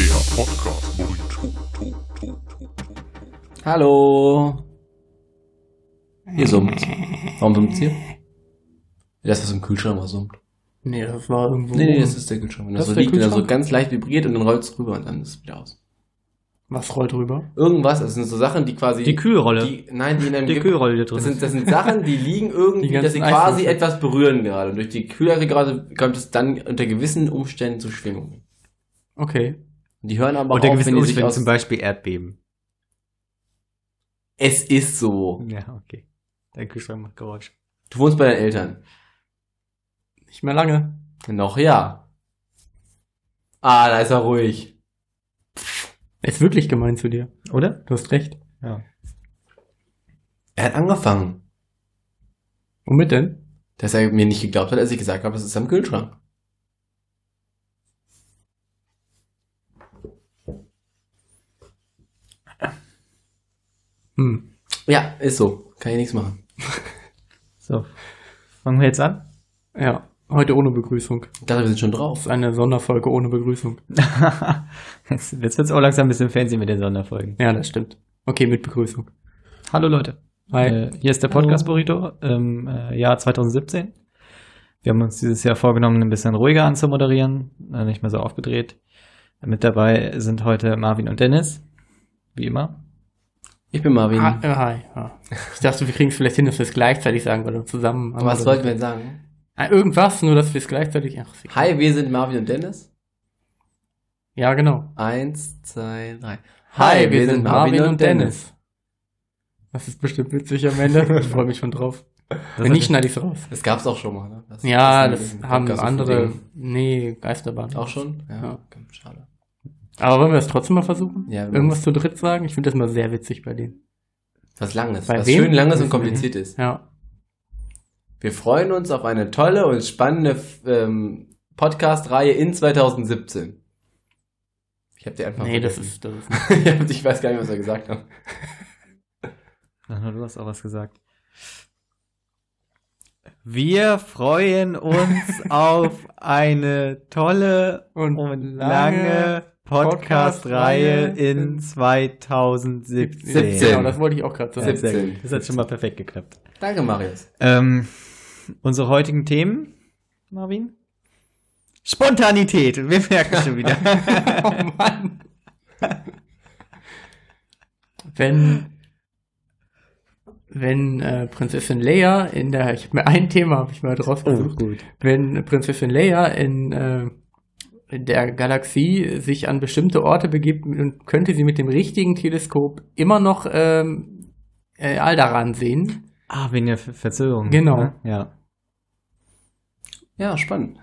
Podcast Burrito. Hallo. Hier summt's. Warum summt's hier? Das, was im Kühlschrank war, summt. Nee, das war irgendwo. Nee, nee, das ist der Kühlschrank. Wenn das, Das so ist der liegt, wenn er so Kühlschrank? ganz leicht vibriert und dann rollt's rüber und dann ist es wieder aus. was rollt rüber? Irgendwas, das sind so Sachen, die quasi... Die Kühlrolle. die- Nein, die in einem... die Ge- Kühlrolle, die da drin Das ist. sind, das sind Sachen, die liegen irgendwie, Die dass sie ganzen quasi iPhones. etwas berühren gerade. Und durch die Kühlaggregate kommt es dann unter gewissen Umständen zu Schwingungen. Okay. Und die hören aber Unter auf, wenn gewissen die sich Umständen, aus... zum Beispiel Erdbeben. es ist so. Ja, okay. Dein Kühlschrank macht Geräusch. Du wohnst bei deinen Eltern. Nicht mehr lange. Noch ja. Ah, da ist er ruhig. Ist wirklich gemein zu dir. Oder? Du hast recht. Er hat angefangen. Womit denn? Dass er mir nicht geglaubt hat, als ich gesagt habe, es ist am Kühlschrank. Hm. Ja, ist so. Kann ich nichts machen. So. Fangen wir jetzt an? Ja. Heute ohne Begrüßung. Ich dachte, wir sind schon Das drauf. ist eine Sonderfolge ohne Begrüßung. jetzt jetzt wird's auch langsam ein bisschen fancy mit den Sonderfolgen. Ja, das stimmt. Okay, mit Begrüßung. Hallo Leute. Hi. Äh, hier ist der Podcast Burrito im äh, Jahr 2017. Wir haben uns dieses Jahr vorgenommen, ein bisschen ruhiger anzumoderieren, äh, nicht mehr so aufgedreht. Mit dabei sind heute Marvin und Dennis, wie immer. Ich bin Marvin. Ah, äh, hi. Ja. Ich dachte, wir kriegen es vielleicht hin, dass wir es gleichzeitig sagen, weil wir zusammen. Aber was sollten wir denn sagen? Ah, Irgendwas, nur dass wir es gleichzeitig. Ach, ist egal. Hi, wir sind Marvin und Dennis. ja, genau. Eins, zwei, drei. Das ist bestimmt witzig am Ende. Ich freue mich schon drauf. Wenn nicht, schneide ich es raus. Das gab's auch schon mal, ne? Das- Ja, das, ist ein haben Podcast andere. von Nee, Geisterbahn. denen. Auch schon? Ja. okay, Schade. Aber wollen wir das trotzdem mal versuchen? Ja, wir Irgendwas zu dritt sagen? Ich finde das mal sehr witzig bei denen. Was Langes. Bei was wem? schön Langes und Mhm. kompliziert ist. Ja. Wir freuen uns auf eine tolle und spannende f- ähm, Podcast-Reihe in 2017. Ich hab dir einfach Nee, das vergessen. ist, das ich, ist hab, ich weiß gar nicht, was wir gesagt haben. Ach, du hast auch was gesagt. Wir freuen uns auf eine tolle Und und lange lange Podcast-Reihe Podcast-Reihe in in 2017. Genau, das wollte ich auch gerade Ja, sagen. sehr 17. gut. Das hat schon mal perfekt geklappt. Danke, Marius. Ähm, unsere heutigen Themen, Marvin? Spontanität, wir merken schon wieder. Oh Mann. wenn wenn äh, Prinzessin Leia in der ich habe mir ein Thema habe ich mal rausgesucht. gut. Oh. Wenn Prinzessin Leia in, äh, in der Galaxie sich an bestimmte Orte begibt und könnte sie mit dem richtigen Teleskop immer noch ähm, äh, Aldaran sehen. Ah, wegen der Ver- Verzögerung. Genau. ne? Ja. Ja, spannend.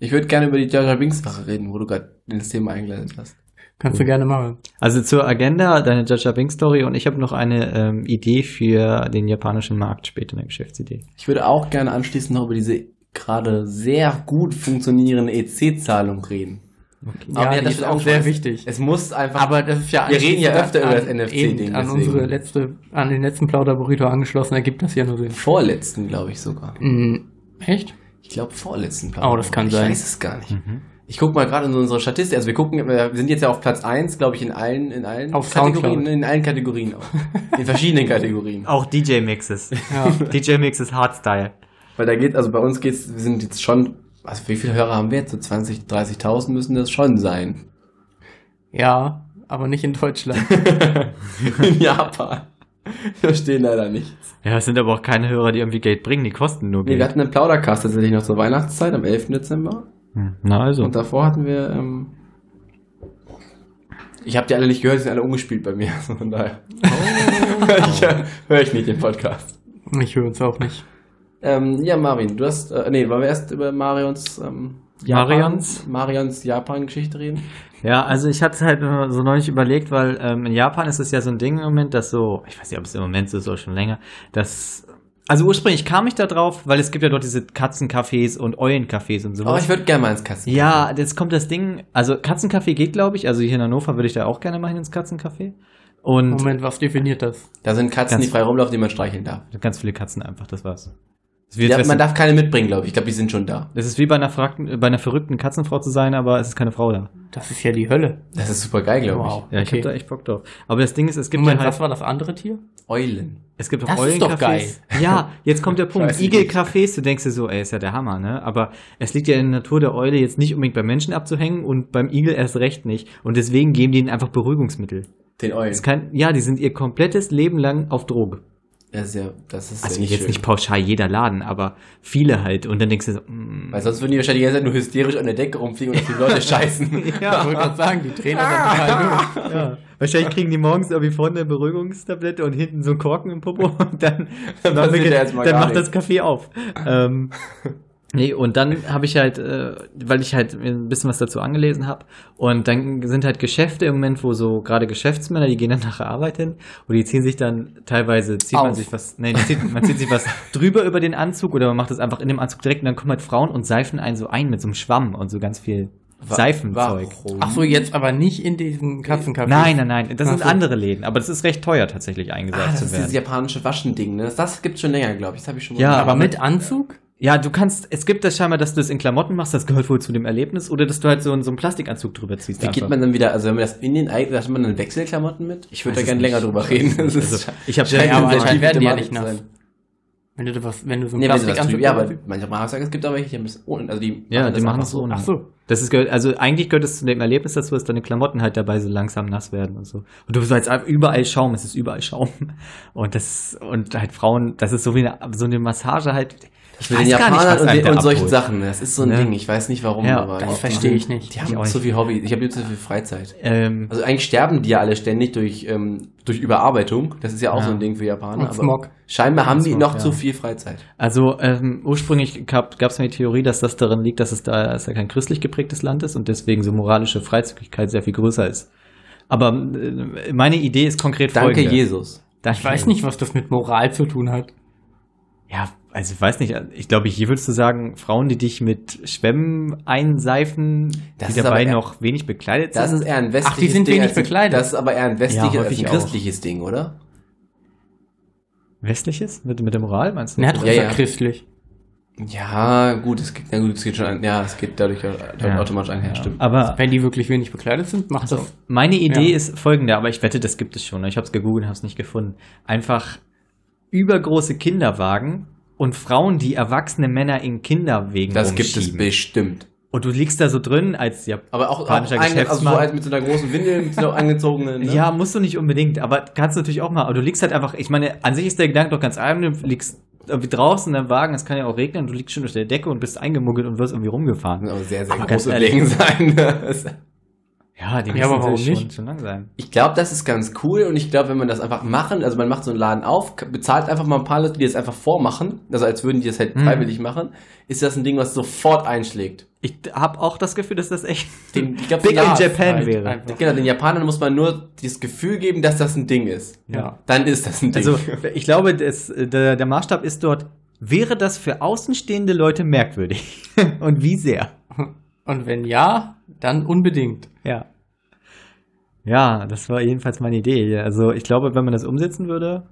Ich würde gerne über die Jaja Binks-Sache reden, wo du gerade ins Thema eingeleitet hast. Kannst du Mhm. Cool. gerne machen. Also zur Agenda, deine Jaja Bing Story und ich habe noch eine ähm, Idee für den japanischen Markt später, eine Geschäftsidee. Ich würde auch gerne anschließend noch über diese gerade sehr gut funktionierende EC-Zahlung reden. Aber mir ja, hat die das ist schon auch aufgefallen. sehr wichtig. Es muss einfach. Aber das ist ja Wir reden ja anschließend öfter über an- das NFC-Ding, eben An deswegen. unsere letzte, an den letzten Plauderburrito angeschlossen, ergibt das ja nur Sinn. vorletzten, glaube ich sogar. Mhm. Echt? Ich glaube vorletzten Platz. Oh, das kann ich sein. Hm. Ich weiß es gar nicht. Mhm. Ich gucke mal gerade in unsere Statistik. Also wir gucken, wir sind jetzt ja auf Platz 1, glaube ich, in allen, in allen Auf Kategorien, Soundcloud. in allen Kategorien auch. In verschiedenen Kategorien. Auch DJ-Mixes. Ja. DJ-Mixes Hardstyle. Weil da geht, also bei uns geht's, wir sind jetzt schon, also wie viele Hörer haben wir jetzt? So 20, 30.000 müssen das schon sein. ja, aber nicht in Deutschland. in Japan. Wir verstehen leider nichts. Ja, es sind aber auch keine Hörer, die irgendwie Geld bringen, die kosten nur Nee, Geld. wir hatten einen Plaudercast tatsächlich noch zur Weihnachtszeit am 11. Dezember. Hm, Na also. Und davor hatten wir, ähm, ich habe die alle nicht gehört, die sind alle umgespielt bei mir. Also Von daher ich, äh, höre ich nicht den Podcast. ich höre uns auch nicht. Ähm, ja, Marvin, du hast, äh, nee, wollen wir erst über Marions, ähm, Japan- Marions? Marions Japan-Geschichte reden? Ja, also ich hatte halt nur so neulich überlegt, weil ähm, in Japan ist es ja so ein Ding im Moment, dass so, ich weiß nicht, ob es im Moment so ist oder schon länger, dass also ursprünglich kam ich da drauf, weil es gibt ja dort diese Katzencafés und Eulencafés und Aber sowas. Oh, ich würde gerne mal ins Kasten. Genau. ja, jetzt kommt das Ding, also Katzencafé geht, glaube ich, also hier in Hannover würde ich da auch gerne mal hin ins Katzencafé. Und Moment, was definiert das? Da sind Katzen, Ganz- die frei rumlaufen, die man streicheln darf. ganz viele Katzen einfach, das war's. Es wird Ja, fest- man darf keine mitbringen, glaube ich. Ich glaube, die sind schon da. es ist wie bei einer, verrückten- bei einer verrückten Katzenfrau zu sein, aber es ist keine Frau da. Das ist ja die Hölle. Das ist super geil, glaube ich. Ja, ich okay. hab da echt Bock drauf. Aber das Ding ist, es gibt Moment, ja halt, was war das andere Tier? Eulen. es gibt auch Das ist doch Eulencafés. Ja, jetzt kommt der Punkt. Weiß ich Igelcafés, du denkst dir so, ey, ist ja der Hammer, ne? Aber es liegt ja in der Natur der Eule, jetzt nicht unbedingt beim Menschen abzuhängen und beim Igel erst recht nicht. Und deswegen geben die ihnen einfach Beruhigungsmittel. Den Eulen. Es kann, ja, die sind ihr komplettes Leben lang auf Droge. Das ist ja, das ist Also ja nicht jetzt schön. nicht pauschal jeder Laden, aber viele halt. Und dann denkst du so, mm, Weil sonst würden die wahrscheinlich die ganze Zeit nur hysterisch an der Decke rumfliegen und auf die Leute scheißen. Ich wollte gerade sagen, die Trainer Ah. sind total Ja. Wahrscheinlich kriegen die morgens irgendwie vorne eine Beruhigungstablette und hinten so einen Korken im Popo und dann, passiert dann, macht- ja erstmal dann gar macht das Kaffee auf. ähm, nee, und dann habe ich halt, äh, weil ich halt mir ein bisschen was dazu angelesen habe, und dann sind halt Geschäfte im Moment, wo so gerade Geschäftsmänner, die gehen dann nach der Arbeit hin und die ziehen sich dann teilweise, zieht man Auf. sich was, nee, die zieht, man zieht sich was drüber über den Anzug oder man macht das einfach in dem Anzug direkt und dann kommen halt Frauen und seifen einen so ein mit so einem Schwamm und so ganz viel Wa- Seifenzeug. Warum? Ach so, jetzt aber nicht in diesen Katzenkaffee. Nein, nein, nein. Das Ach sind so. andere Läden, aber das ist recht teuer tatsächlich eingeseift Ah, das Um zu ist dieses werden. japanische Waschending, ne? Das, das gibt's schon länger, glaube ich. Das habe ich schon mal Ja, Aber mit Anzug? Ja, du kannst, es gibt das scheinmal, dass du es in Klamotten machst, das gehört wohl zu dem Erlebnis, oder dass du halt so, einen- so einen Plastikanzug drüber ziehst. Wie geht man dann wieder, also wenn man das in den eigenen, hat man dann Wechselklamotten mit? Ich würde da gerne länger drüber reden. Das ist Also, ich habe scheint Ja, aber eine sehr anscheinend werden die ja tiefe nicht Thematik zu sein. Wenn du, da was, wenn du so einen Nee, wenn du das Plastikanzug drüber- ja, aber manchmal habe ich gesagt, es gibt auch welche, die haben das ohne, also die Ja, die machen einfach das so. Ach so. Das ist, gehört- also eigentlich gehört es zu dem Erlebnis dazu, dass deine Klamotten halt dabei so langsam nass werden und so. Und du bist halt einfach überall Schaum, es ist überall Schaum. Und das, und halt Frauen, das ist so wie eine, so eine Massage halt. Ich Mit den Japanern und, einem den- da und solchen abholt. Sachen. Das ist so ein Ne? Ding. Ich weiß nicht warum, Ja, aber Das die- verstehe ich nicht. Die Ich auch haben zu nicht. viel Hobby. Ich habe jetzt zu viel Freizeit. Ähm, Also eigentlich sterben die ja alle ständig durch, ähm, durch Überarbeitung. Das ist ja auch Ja. so ein Ding für Japaner. Und Smog. Scheinbar haben die Smog, noch ja. zu viel Freizeit. Also ähm, ursprünglich gab es mir die Theorie, dass das darin liegt, dass es da dass ja kein christlich geprägtes Land ist und deswegen so moralische Freizügigkeit sehr viel größer ist. Aber äh, meine Idee ist konkret Danke folgende. Jesus. Danke, Ich weiß nicht, was das mit Moral zu tun hat. Ja, also ich weiß nicht. Ich glaube, hier würdest du sagen, Frauen, die dich mit Schwämmen einseifen, Das die ist dabei aber- noch wenig bekleidet Das sind. ist eher ein westliches die sind Ding. wenig als ein- bekleidet. Das ist aber eher ein westliches Ja, als häufig ein auch. christliches Ding, oder? Westliches? Mit, mit der Moral meinst du? Na, doch Ja, ist ja. ja christlich. Ja, gut, es geht, na gut, es geht schon an, ja, es geht dadurch au- Ja. automatisch einher, ja. stimmt. Aber Also, Also, Wenn die wirklich wenig bekleidet sind, macht das. Meine Idee Ja. ist folgende, aber ich wette, das gibt es schon. ne? Ich habe es gegoogelt, habe es nicht gefunden. Einfach übergroße Kinderwagen und Frauen, die erwachsene Männer in Kinderwegen Das gibt es rumschieben. bestimmt. Und du liegst da so drin als ja. Aber auch, auch Japanischer ange- also so Geschäftsmann. als mit so einer großen Windel, mit so einer angezogenen. Ne? Ja, musst du nicht unbedingt, aber kannst du natürlich auch mal. Aber du liegst halt einfach, ich meine, an sich ist der Gedanke doch ganz einfach, du liegst irgendwie draußen in deinem Wagen, es kann ja auch regnen, du liegst schon unter der Decke und bist eingemuggelt und wirst irgendwie rumgefahren. Aber sehr, sehr Aber ganz große ehrlich. Dinge sein. ne? Das- Ja, die Ja, aber warum natürlich schon, nicht? schon lang sein. Ich glaube, das ist ganz cool und ich glaube, wenn man das einfach machen, also man macht so einen Laden auf, k- bezahlt einfach mal ein paar Leute, die das einfach vormachen, also als würden die das halt Mhm. freiwillig machen, ist das ein Ding, was sofort einschlägt. Ich habe auch das Gefühl, dass das echt Den, ich glaub, Big ja, in Japan halt wäre. einfach. Genau, den Japanern muss man nur das Gefühl geben, dass das ein Ding ist. Ja. Dann ist das ein Ding. Also ich glaube, das, äh, der, der Maßstab ist dort, wäre das für außenstehende Leute merkwürdig? Und wie sehr? Genau. Und wenn ja, dann unbedingt. Ja. Ja, das war jedenfalls meine Idee. Also ich glaube, wenn man das umsetzen würde,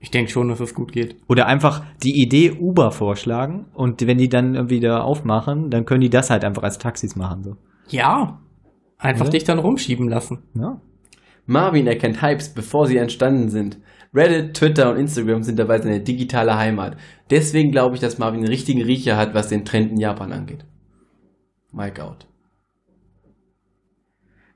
Ich denke schon, dass es gut geht. oder einfach die Idee Uber vorschlagen und wenn die dann irgendwie da aufmachen, dann können die das halt einfach als Taxis machen. So. Ja. Einfach Ja. dich dann rumschieben lassen. Ja. Marvin erkennt Hypes, bevor sie entstanden sind. Reddit, Twitter und Instagram sind dabei seine digitale Heimat. Deswegen glaube ich, dass Marvin einen richtigen Riecher hat, was den Trend in Japan angeht. Mike out.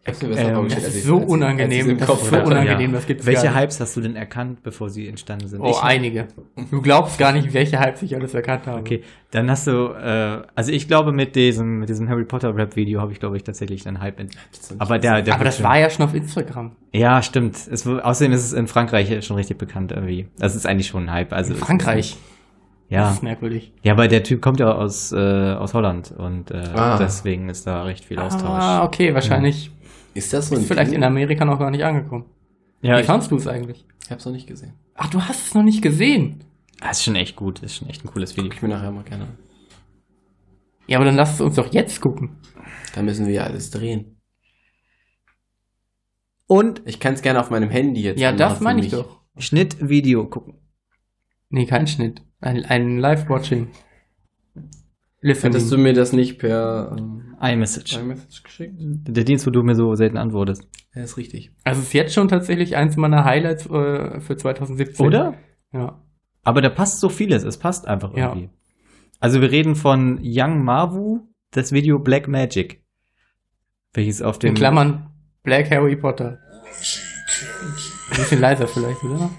Ich hab's mir besser Ähm, vorgestellt, Das als ist ich- so als ich- als ich unangenehm. im Das Kopf ist so hatte. unangenehm. Das gibt's Welche gar nicht. Hypes hast du denn erkannt, bevor sie entstanden sind? Oh, Ich- einige. Du glaubst gar nicht, welche Hypes ich alles erkannt habe. Okay, dann hast du, äh, also ich glaube, mit diesem, mit diesem Harry Potter Rap-Video habe ich, glaube ich, tatsächlich einen Hype entdeckt. Aber der, der Aber wird das schon- war ja schon auf Instagram. Ja, stimmt. Es, wu- außerdem ist es in Frankreich schon richtig bekannt irgendwie. Das ist eigentlich schon ein Hype. Also In Frankreich. Das Ja. ist merkwürdig. Ja, aber der Typ kommt ja aus, äh, aus Holland und äh, Ah. deswegen ist da recht viel Austausch. Ah, okay, wahrscheinlich. Ist das so ein Ist vielleicht Ding? in Amerika noch gar nicht angekommen. Ja, Wie ich, ah, fandst du es eigentlich? Ich hab's noch nicht gesehen. Ach, du hast es noch nicht gesehen. Ah, ist schon echt gut. Ist schon echt ein cooles Video. Guck ich mir nachher mal gerne an. Ja, aber dann lass es uns doch jetzt gucken. Da müssen wir ja alles drehen. Und Ich kann's gerne auf meinem Handy jetzt ja, anmachen das für meine ich mich. doch. Schnitt Video gucken. Nee, kein Schnitt. Ein, ein Live-Watching. Listening. Hattest du mir das nicht per ähm, iMessage. iMessage geschickt? Der Dienst, wo du mir so selten antwortest. Ja, ist richtig. Also ist jetzt schon tatsächlich eins meiner Highlights äh, für 2017. Ja. Aber da passt so vieles. Es passt einfach Ja. irgendwie. Also wir reden von Young Mavu, das Video Black Magic. Welches auf dem In Klammern Black Harry Potter. Ein bisschen leiser vielleicht, oder?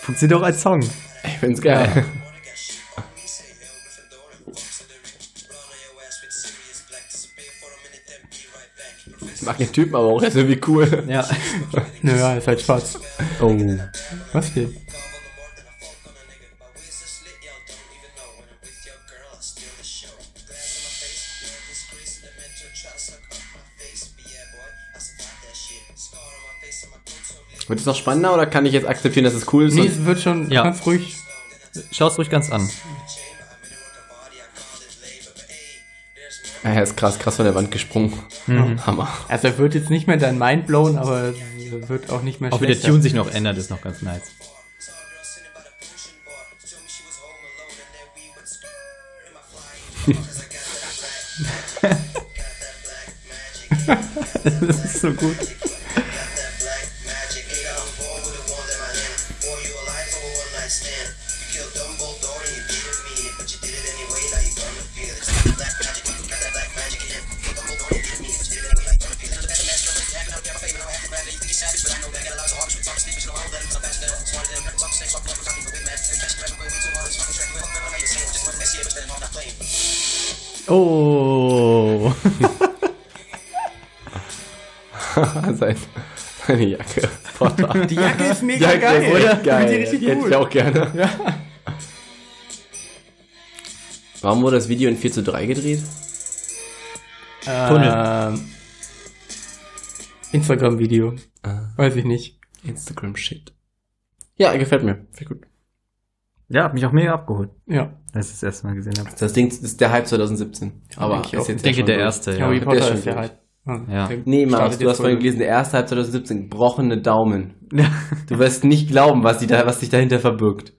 funktioniert auch als Song. Ich find's geil. Ich mag den Typen aber auch, das ist irgendwie cool. Ja. Naja, ist halt schwarz. Oh. Was denn? Wird es noch spannender oder kann ich jetzt akzeptieren, dass es cool ist? Nee, und- es wird schon Ja. ganz ruhig. Schau's ruhig ganz an. Ah, er ist krass, krass von der Wand gesprungen. Hammer. Also er wird jetzt nicht mehr dein Mind blown, aber es wird auch nicht mehr Auch wie der schlechter. Tune sich noch ändert, ist noch ganz nice. das ist so gut. Oh. Sein, seine Jacke. Potter. Die Jacke ist mega Jacke geil, ist echt geil. Die richtig Die hätte gut. ich auch gerne. Warum wurde das Video in 4 zu 3 gedreht? Tunnel. Ähm, Instagram-Video. Ah. Weiß ich nicht. Instagram-Shit. Ja, gefällt mir. Sehr gut. Ja, hat mich auch mega abgeholt, Ja. als ich das erste Mal gesehen habe. Das Ding ist der Hype 2017. Aber Denke ich auch. Ich denke, schon der durch. erste, Harry ja. der ist Potter schon ist ja durch. halt. Ah, Ja. der Nee, Max, startet du jetzt hast vorhin wohl- gelesen, der erste Halb 2017, gebrochene Daumen. ja. Du wirst nicht glauben, was, die da, was sich dahinter verbirgt.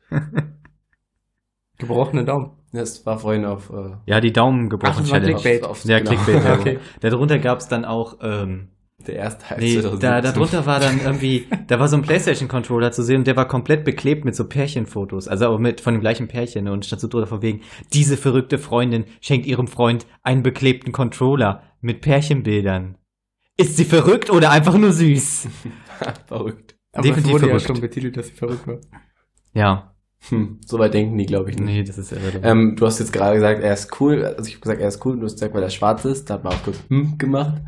Gebrochene Daumen. Das war vorhin auf, äh, Ja, die Daumen gebrochen Ach, das war Challenge. Clickbait. auf Ja, genau. Clickbait. Ja. Okay. Darunter gab's dann auch, ähm, Der erste Halb nee, 2017. da, darunter war dann irgendwie, da war so ein Playstation-Controller zu sehen und der war komplett beklebt mit so Pärchenfotos, also auch mit, von dem gleichen Pärchen ne? und stand so drunter von wegen, diese verrückte Freundin schenkt ihrem Freund einen beklebten Controller mit Pärchenbildern. Ist sie verrückt oder einfach nur süß? Verrückt. Aber es Definitiv wurde verrückt. ja schon betitelt, dass sie verrückt war. Ja, Hm, so weit denken die, glaube ich, nicht. nee, das ist irrelevant. Ähm, du hast jetzt gerade gesagt, er ist cool. Also ich habe gesagt, er ist cool. und Du hast gesagt, weil er schwarz ist. Da hat man auch kurz hm gemacht.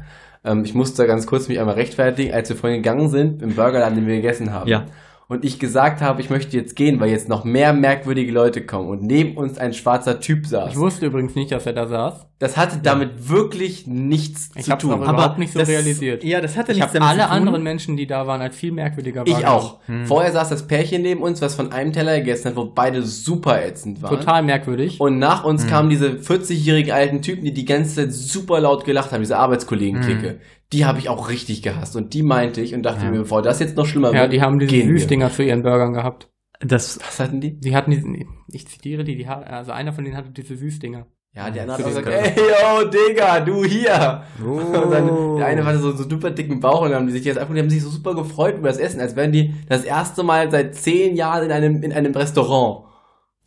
Ähm, ich musste da ganz kurz mich einmal rechtfertigen, als wir vorhin gegangen sind, im Burgerladen, den wir gegessen haben. Ja. Und ich gesagt habe, ich möchte jetzt gehen, weil jetzt noch mehr merkwürdige Leute kommen. Und neben uns ein schwarzer Typ saß. Ich wusste übrigens nicht, dass er da saß. Das hatte damit wirklich nichts Ich zu hab's tun. aber überhaupt nicht so das- realisiert. Ja, das hatte Ich nichts habe damit alle zu tun. anderen Menschen, die da waren, als viel merkwürdiger Ich auch. Hm. Vorher saß das Pärchen neben uns, was von einem Teller gegessen hat, wo beide super ätzend waren. Total Hm. merkwürdig. Und nach uns kamen diese 40-jährigen alten Typen, die die ganze Zeit super laut gelacht haben, diese Arbeitskollegen-Clique. Hm. Die habe ich auch richtig gehasst. Und die meinte ich und dachte Ja. mir, bevor das jetzt noch schlimmer ja, die haben diese gehen wir. Süßdinger zu ihren Burgern gehabt. Das, Was hatten die? Die hatten diesen, ich zitiere die, die ha- also einer von denen hatte diese Süßdinger. Ja, der andere Zu hat gesagt, diesem ey, yo, Digga, du hier. Und dann, Oh. Oh. der eine hatte so einen so super dicken Bauch und dann haben die sich jetzt einfach, die haben sich so super gefreut über das Essen, als wären die das erste Mal seit zehn Jahren in einem, in einem Restaurant.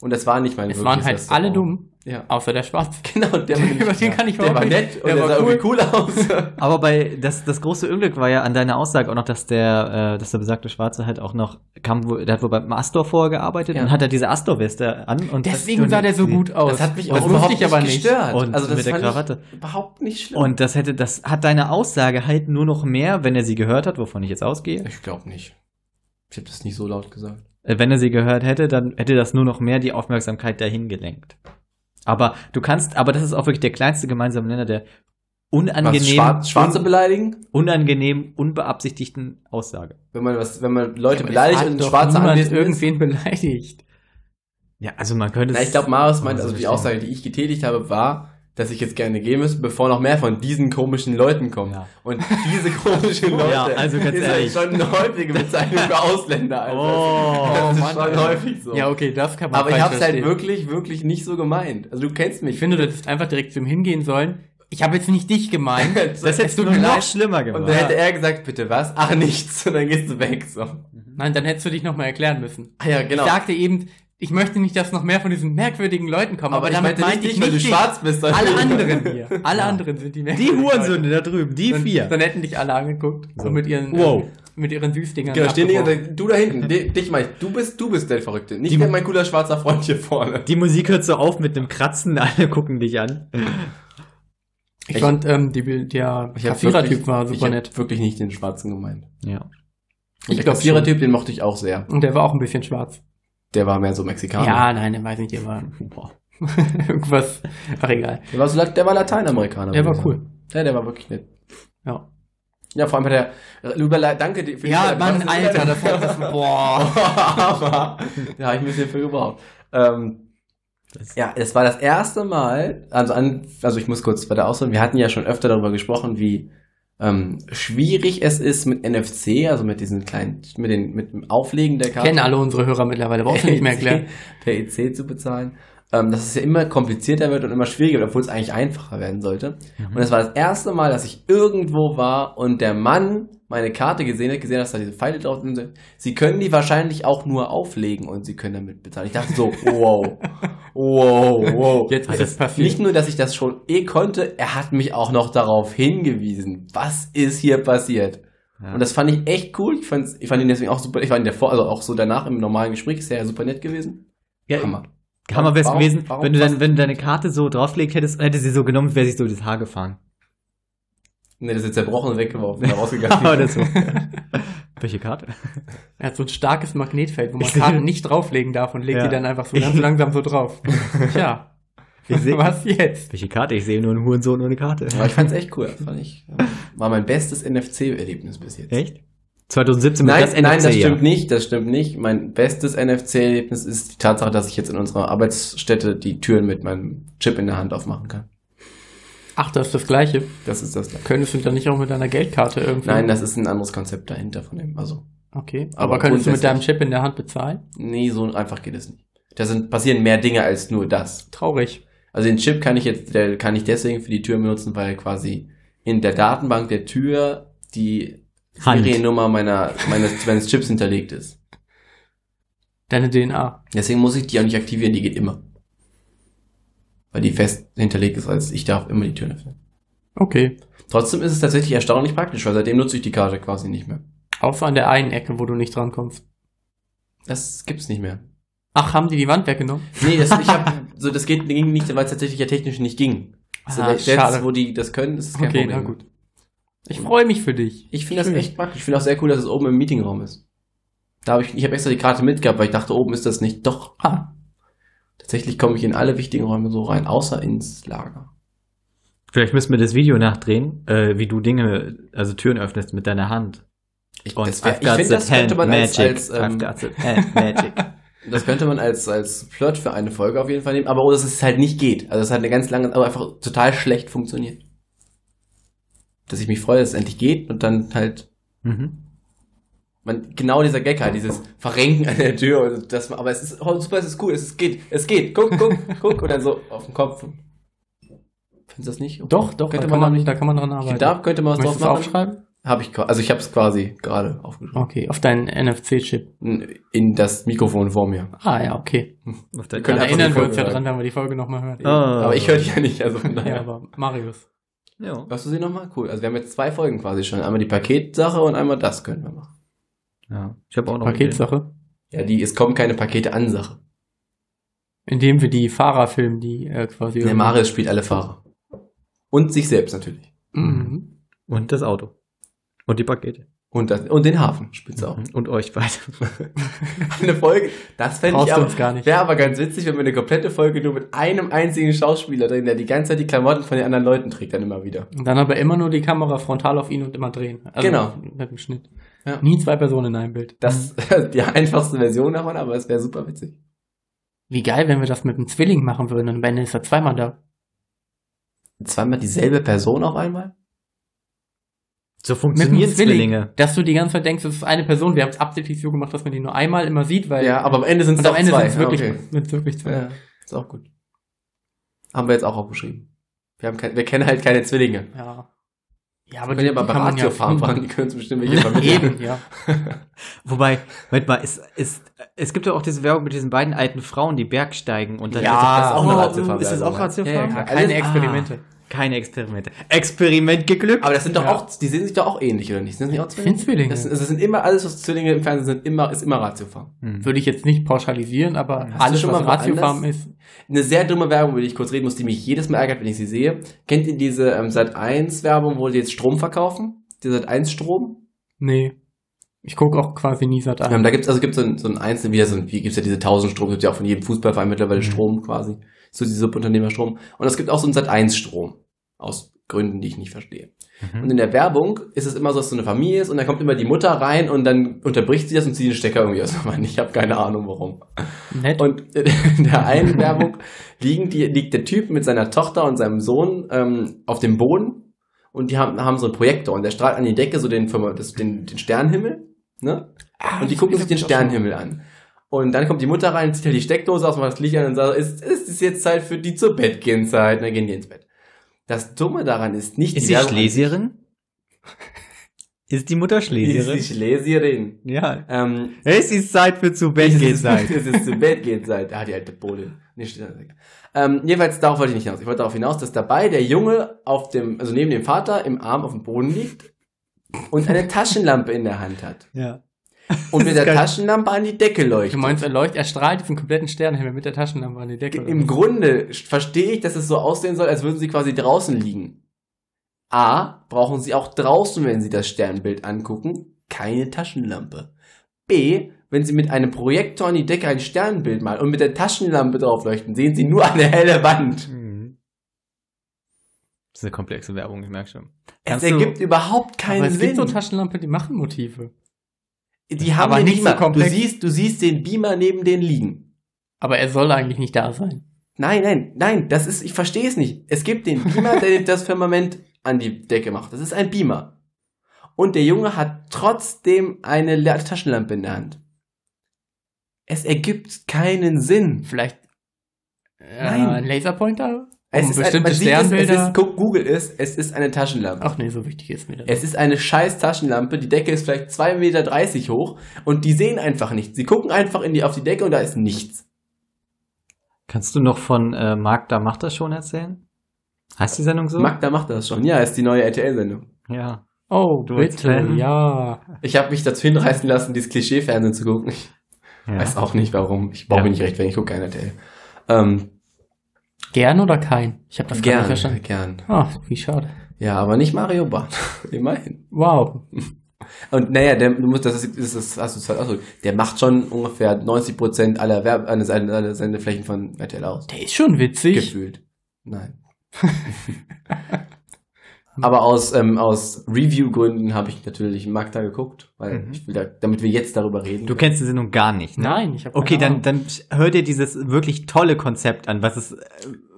Und Also das war nicht mein Es wirkliches waren halt alle Restaurant. dumm, Ja. außer der Schwarze. Genau, der war, Über den kann ich der war überhaupt nett nicht- und der der, war sah cool. irgendwie cool aus. Aber bei das, das große Unglück war ja an deiner Aussage auch noch, dass der, äh, dass der besagte Schwarze halt auch noch kam, wo, der hat wohl beim Astor vorher gearbeitet Ja. und hat er diese Astor-Weste an und Deswegen sah der so gut aus. Das hat mich Das auch wusste überhaupt ich nicht aber nicht. gestört. Und also das mit der fand Krawatte. Ich überhaupt nicht schlimm. und das hätte, das hat deine Aussage halt nur noch mehr, wenn er sie gehört hat, wovon ich jetzt Oh. ausgehe. ich glaube nicht. Ich habe das nicht so laut gesagt. Äh, Wenn er sie gehört hätte, dann hätte das nur noch mehr die Aufmerksamkeit dahin gelenkt. Aber du kannst, aber das ist auch wirklich der kleinste gemeinsame Nenner der Was, unangenehm, Schwar Schwarze beleidigen? unangenehm, unbeabsichtigten Aussage. Wenn man was, wenn man Leute Aber es beleidigt hat und ein doch Schwarzer niemand anwesend ist. irgendwen beleidigt. Ja, also man könnte Na, ich glaube, Marius meint, also die Aussage, die ich getätigt habe, war, dass ich jetzt gerne gehen müsste, bevor noch mehr von diesen komischen Leuten kommen. Ja. Und diese komischen Leute Ja, also ganz ist halt ehrlich. schon eine häufige Bezeichnung für Ausländer. Alter. Oh, das ist Mann, schon ey. häufig so. Ja, okay, das kann man Aber ich falsch habe es halt verstehen. wirklich, wirklich nicht so gemeint. Also du kennst mich. Ich finde, du hättest einfach direkt zum Hingehen sollen. Ich habe jetzt nicht dich gemeint. Das hättest du Tut mir noch leid. schlimmer Und gemacht. dann hätte er gesagt, bitte was? Ach, nichts. Und dann gehst du weg. So. Nein, dann hättest du dich nochmal erklären müssen. Ah ja, genau. Ich sagte eben, ich möchte nicht, dass noch mehr von diesen merkwürdigen Leuten kommen. Aber, damit meinte ich weil du nicht dich. schwarz bist. sondern- alle anderen hier. Alle anderen sind die die merkwürdigen Leute. Hurensöhne da drüben, die Dann, vier. dann hätten dich alle angeguckt. So. So. mit ihren, Wow. ähm, mit ihren Süßdingern. Genau, stehen die abgebrochen. ganze Zeit, du da hinten, di- dich meinst, du bist, du bist der Verrückte, nicht Die- der mein cooler schwarzer Freund hier vorne. die Musik hört so auf mit einem Kratzen, alle gucken dich an. ich Echt? fand, ähm, die, Bild- der Ich hab Kaffierer-Typ wirklich- war super ich hab nett. wirklich nicht den Schwarzen gemeint. Ja. Ich der glaub Kassierer-Typ, den mochte ich auch sehr. Und der war auch ein bisschen schwarz. Der war mehr so Mexikaner. Ja, nein, der weiß nicht, der war Wow. irgendwas. Ach, egal. Der war, so, der war Lateinamerikaner. Der würde ich war cool. sagen. Ja, der war wirklich nett. Ja. Ja, vor allem hat er, Überle danke dir für die Ja, Überleitung. Mann, Was ist Alter, das hat das, boah. Aber, da habe ich ein bisschen für gebraucht. Ähm, Das- ja, es war das erste Mal, also, an, also ich muss kurz weiter ausholen, wir hatten ja schon öfter darüber gesprochen, wie ähm, schwierig es ist mit NFC, also mit diesen kleinen, mit, den, mit dem Auflegen der Karte. Kennen alle unsere Hörer mittlerweile, brauchst du nicht mehr erklären. Per EC E zu bezahlen. Ähm, dass es ja immer komplizierter wird und immer schwieriger, wird, obwohl es eigentlich einfacher werden sollte. Mhm. Und es war das erste Mal, dass ich irgendwo war und der Mann meine Karte gesehen hat, gesehen hat, dass da diese Pfeile drauf sind. Sie können die wahrscheinlich auch nur auflegen und sie können damit bezahlen. Ich dachte so, wow, wow, wow. Also Jetzt ist das es passiert. Nicht nur, dass ich das schon eh konnte, er hat mich auch noch darauf hingewiesen. Was ist hier passiert? Ja. Und das fand ich echt cool. Ich, fand's, ich fand ihn deswegen auch super. Ich fand ihn davor, also auch so danach im normalen Gespräch, ist er ja super nett gewesen. ja, Hammer. Hammer wär's Warum- gewesen, warum wenn, du passt- dein, wenn du deine Karte so draufgelegt hättest, hätte sie so genommen, wäre sich so das Haar gefangen. Ne, das ist jetzt zerbrochen und weggeworfen, und Oder rausgegangen. so. Welche Karte? Er hat so ein starkes Magnetfeld, wo man Ich seh- Karten nicht drauflegen darf und legt Ja. die dann einfach so ganz langsam so drauf. Tja, Ich seh- was jetzt? Welche Karte? Ich sehe nur einen Hurensohn ohne Karte. Aber ich fand's echt cool. Das fand ich, ähm, war mein bestes NFC-Erlebnis bis jetzt. Echt? 2017 Nein, nein, mit das NFC, ja. stimmt nicht, das stimmt nicht. Mein bestes NFC-Erlebnis ist die Tatsache, dass ich jetzt in unserer Arbeitsstätte die Türen mit meinem Chip in der Hand aufmachen kann. Ach, das ist das Gleiche. Das ist das. Gleiche. Könntest du dann nicht auch mit deiner Geldkarte irgendwie? Nein, das ist ein anderes Konzept dahinter von dem. Also, Okay, Aber aber, könntest du mit deinem grundsätzlich- Chip in der Hand bezahlen? nee, so einfach geht es nicht. Da sind, passieren mehr Dinge als nur das. Traurig. Also den Chip kann ich jetzt, der kann ich deswegen für die Tür benutzen, weil quasi in der Datenbank der Tür die Hand. Seriennummer meiner, meines, meines Chips hinterlegt ist. Deine DNA. Deswegen muss ich die auch nicht aktivieren, die geht immer. Weil die fest hinterlegt ist, als ich darf immer die Türen öffnen. Okay. Trotzdem ist es tatsächlich erstaunlich praktisch, weil seitdem nutze ich die Karte quasi nicht mehr. Außer an der einen Ecke, wo du nicht drankommst. Das gibt's nicht mehr. Ach, haben die die Wand weggenommen? Nee, das, ich hab, so, das geht, ging nicht, weil es tatsächlich ja technisch nicht ging. Also Ah, jetzt, schade. wo die das können, ist es kein Okay, Problem. na gut. Ich freue mich für dich. Ich finde das Schön. echt praktisch. Ich finde auch sehr cool, dass es oben im Meetingraum ist. Da habe ich, ich habe extra die Karte mitgehabt, weil ich dachte, oben ist das nicht. Doch, Ah, tatsächlich komme ich in alle wichtigen Räume so rein, außer ins Lager. Vielleicht müssen wir das Video nachdrehen, äh, wie du Dinge, also Türen öffnest mit deiner Hand. Ich, Und das wär- I've ich got finde, the das könnte hand man als, magic. als ähm, I've got the hand magic. das könnte man als als Flirt für eine Folge auf jeden Fall nehmen. Aber oh, dass es halt nicht geht. Also es hat eine ganz lange, aber einfach total schlecht funktioniert. Dass ich mich freue, dass es endlich geht und dann halt mhm. man, genau dieser Gag halt, dieses Verrenken an der Tür und das, aber es ist oh, super, es ist cool, es ist, geht, es geht, guck, guck, guck und dann so auf den Kopf. Findest du das nicht? doch, doch, könnte da, kann man, man, nicht. da kann man dran arbeiten. Da könnte man was Möchtest drauf du es machen. aufschreiben? Habe ich, qua- also ich habe es quasi gerade aufgeschrieben. Okay, auf deinen NFC-Chip. In das Mikrofon vor mir. Ah ja, okay. Auf der können Dann Karte. einfach die erinnern wir Folge uns ja hören. dran, wenn wir die Folge nochmal hören. Ah. Aber ich höre dich ja nicht, also von Ja, daher. aber Marius. Ja. Hörst du sie nochmal? Cool. Also wir haben jetzt zwei Folgen quasi schon. Einmal die Paketsache und einmal das können wir machen. ja. Ich habe auch Oh, noch Paketsache. Ja, die, es kommen keine Pakete an Sache. Indem wir die Fahrer filmen, die äh, quasi. Der Marius spielt alle Fahrer. Und sich selbst natürlich. Mhm. Ideen. Und das Auto. Und die Pakete. Und, das, und den Hafen spielt sie auch. Mhm. Und euch beide. eine Folge. Das fände ich Brauchst du aber, uns gar nicht. wäre aber ganz witzig, wenn wir eine komplette Folge nur mit einem einzigen Schauspieler drehen, der die ganze Zeit die Klamotten von den anderen Leuten trägt, dann immer wieder. Und dann aber immer nur die Kamera frontal auf ihn und immer drehen. Also Genau. Mit dem Schnitt. Ja. Nie zwei Personen in einem Bild. Mhm. Mhm. Das ist die einfachste Version davon, aber es wäre super witzig. Wie geil, wenn wir das mit einem Zwilling machen würden und am Ende ist er zweimal da. Zweimal dieselbe Person auf einmal? Mit So einem funktionieren Zwillinge. Dass du die ganze Zeit denkst, es ist eine Person. Wir haben es absichtlich so gemacht, dass man die nur einmal immer sieht, weil Ja, aber am Ende sind es und am doch Ende zwei. Ah, sind es wirklich, okay. sind's wirklich zwei. ja, ist auch gut. Haben wir jetzt auch aufgeschrieben. Wir, haben kein, wir kennen halt keine Zwillinge. Ja. Ja, Aber wenn ihr mal bei Ratiofarm fahren, die können es bestimmt welche vermitteln. Eben, ja. Wobei, Moment mal, es, es, es gibt ja auch diese Werbung mit diesen beiden alten Frauen, die bergsteigen und dann Ja, das ist auch oh, eine ist das auch also, ne? ja, Ratiofarm? ja Alles- keine Experimente. Keine Experimente. Experiment geglückt. Aber das sind doch Ja. auch, die sehen sich doch auch ähnlich, oder nicht? Sind das nicht auch Zwillinge? Sind Zwillinge. Das, das sind immer, alles, was Zwillinge im Fernsehen sind, immer, ist immer Ratiofarm. Hm. Würde ich jetzt nicht pauschalisieren, aber Hast du alles, schon was mal Ratiofarm woanders- ist, Eine sehr dumme Werbung, über die ich kurz reden muss, die mich jedes Mal ärgert, wenn ich sie sehe. Kennt ihr diese ähm, Sat1-Werbung, wo die jetzt Strom verkaufen? Die Sat1-Strom? nee. Ich gucke auch quasi nie Sat Ähm, an. da gibt's also gibt's so ein, so ein einzelnen, wieder so ein, wie gibt's ja diese 1000 Strom, gibt's ja auch von jedem Fußballverein mittlerweile Mhm. Strom quasi. So diese Subunternehmerstrom. Und es gibt auch so einen Sat1-Strom. Aus Gründen, die ich nicht verstehe. Mhm. Und in der Werbung ist es immer so, dass so eine Familie ist und dann kommt immer die Mutter rein und dann unterbricht sie das und zieht den Stecker irgendwie aus. dem Mann. Ich habe keine Ahnung warum. Nett. Und in der einen Werbung liegen die, liegt der Typ mit seiner Tochter und seinem Sohn ähm, auf dem Boden und die haben, haben so einen Projektor und der strahlt an die Decke so den, das, den, den Sternenhimmel. Ne? Ah, Und die gucken sich das den hab ich auch schon- Sternenhimmel an. Und dann kommt die Mutter rein, zieht halt die Steckdose aus, macht das Licht an und sagt, es es ist jetzt Zeit für die zur Bett gehen Zeit. Und dann gehen die ins Bett. Das Dumme daran ist nicht Ist sie Werbung- Schlesierin? ist die Mutter Schlesierin? Ist die Schlesierin. ja. Ähm, Es ist Zeit für zu Bett es gehen ist- sein. Es ist zu Bett gehen Zeit. Ah, die alte Bohle. Nee, steht da nicht. ähm, jedenfalls, darauf wollte ich nicht hinaus. Ich wollte darauf hinaus, dass dabei der Junge auf dem, also neben dem Vater im Arm auf dem Boden liegt und eine Taschenlampe in der Hand hat. Ja. Und mit der geil. Taschenlampe an die Decke leuchtet. Du meinst, er leuchtet, er strahlt diesen kompletten Sternenhimmel mit der Taschenlampe an die Decke. oder Im was? Grunde st- verstehe ich, dass es so aussehen soll, als würden sie quasi draußen liegen. A, brauchen sie auch draußen, wenn sie das Sternbild angucken, keine Taschenlampe. B, wenn sie mit einem Projektor an die Decke ein Sternbild malen und mit der Taschenlampe drauf leuchten, sehen sie nur eine helle Wand. Mhm. Das ist eine komplexe Werbung, ich merke schon. Es Kannst du- ergibt überhaupt aber keinen es gibt Sinn. so Taschenlampe, die machen Motive. die haben aber den nicht so Beamer. du, komplex. siehst, du siehst den Beamer neben denen liegen. Aber er soll eigentlich nicht da sein. Nein, nein, nein, das ist, ich verstehe es nicht. Es gibt den Beamer, der das Firmament an die Decke macht. Das ist ein Beamer. Und der Junge hat trotzdem eine Le- Taschenlampe in der Hand. Es ergibt keinen Sinn. Vielleicht äh, Nein. ein Laserpointer? Es Um ist bestimmte man sieht es, Es Sternbilder? ist, guck, Google ist, es ist eine Taschenlampe. Ach nee, so wichtig ist mir das. Es ist eine scheiß Taschenlampe, die Decke ist vielleicht 2,30 Meter hoch und die sehen einfach nichts. Sie gucken einfach in die, auf die Decke und da ist nichts. Kannst du noch von äh, Magda macht das schon erzählen? Heißt die Sendung so? Magda macht das schon. Ja, ist die neue RTL-Sendung. ja. oh, Du als bitte, Fan? ja. Ich habe mich dazu hinreißen lassen, dieses Klischee-Fernsehen zu gucken. Ich ja. Weiß auch nicht warum. Ich brauche Ja. mich nicht recht, wenn ich gucke kein RTL. Ähm, Gern oder kein? Ich habe das gar nicht gern, verstanden. gern. Ah, wie schade. Ja, aber nicht Mario Bart. Immerhin. Wow. Und naja, der, du musst, das ist, das ist hast du zwar ausgedrückt, der macht schon ungefähr 90 Prozent aller Werb, aller, Sende- aller Sendeflächen von RTL aus. Der ist schon witzig. Gefühlt. Nein. aber aus, ähm, aus Review-Gründen habe ich natürlich Magda geguckt, weil Mhm. ich will da, damit wir jetzt darüber reden. Du kennst die Sendung gar nicht, ne? Nein, ich habe Okay, dann, dann hör dir dieses wirklich tolle Konzept an, was es, äh,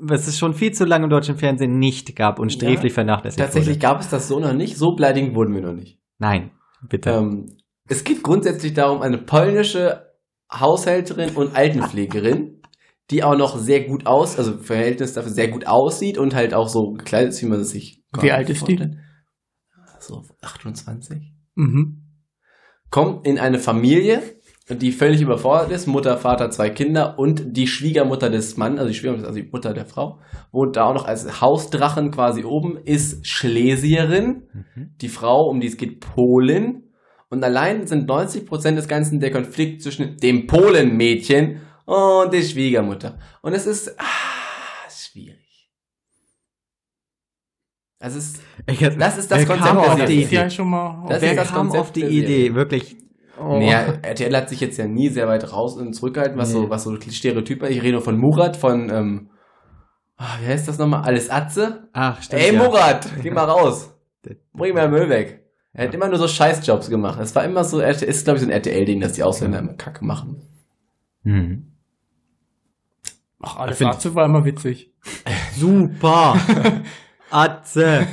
was es schon viel zu lange im deutschen Fernsehen nicht gab und sträflich vernachlässigt Tatsächlich wurde. gab es das so noch nicht. So beleidigend wurden wir noch nicht. Nein, bitte. Ähm, es geht grundsätzlich darum, eine polnische Haushälterin und Altenpflegerin, die auch noch sehr gut aus, also im Verhältnis dafür sehr gut aussieht und halt auch so gekleidet ist, wie man es sich Wie alt ist die? vorstellt. So 28. Mhm. Kommt in eine Familie, die völlig überfordert ist, Mutter, Vater, zwei Kinder und die Schwiegermutter des Mannes, also die Schwiegermutter, also die Mutter der Frau, wohnt da auch noch als Hausdrachen quasi oben, ist Schlesierin Mhm. die Frau, um die es geht, Polen. Und allein sind 90% des Ganzen der Konflikt zwischen dem Polenmädchen und der Schwiegermutter. Und es ist ah, schwierig. Das ist, Ich hab- das ist das Wer Konzept kam der auf das die Serie. ist ja Idee? E schon mal. Das Wer ist das kam Konzept auf die der Serie. Idee? Wirklich. Oh. Naja, RTL hat sich jetzt ja nie sehr weit raus und zurückgehalten, was Nee. so, was so Stereotype. Ich rede nur von Murat, von, ähm, ah, wie heißt das nochmal? Alles Atze? Ach, stimmt. Ey, ja. Murat, geh mal raus. Bring mal Müll weg. Er hat Ja. immer nur so Scheißjobs gemacht. Es war immer so, Mhm. RTL ist glaube ich so ein RTL-Ding, dass die Ausländer immer Kacke machen. Hm. Ach, alles find- dazu war immer witzig. Super! Atze!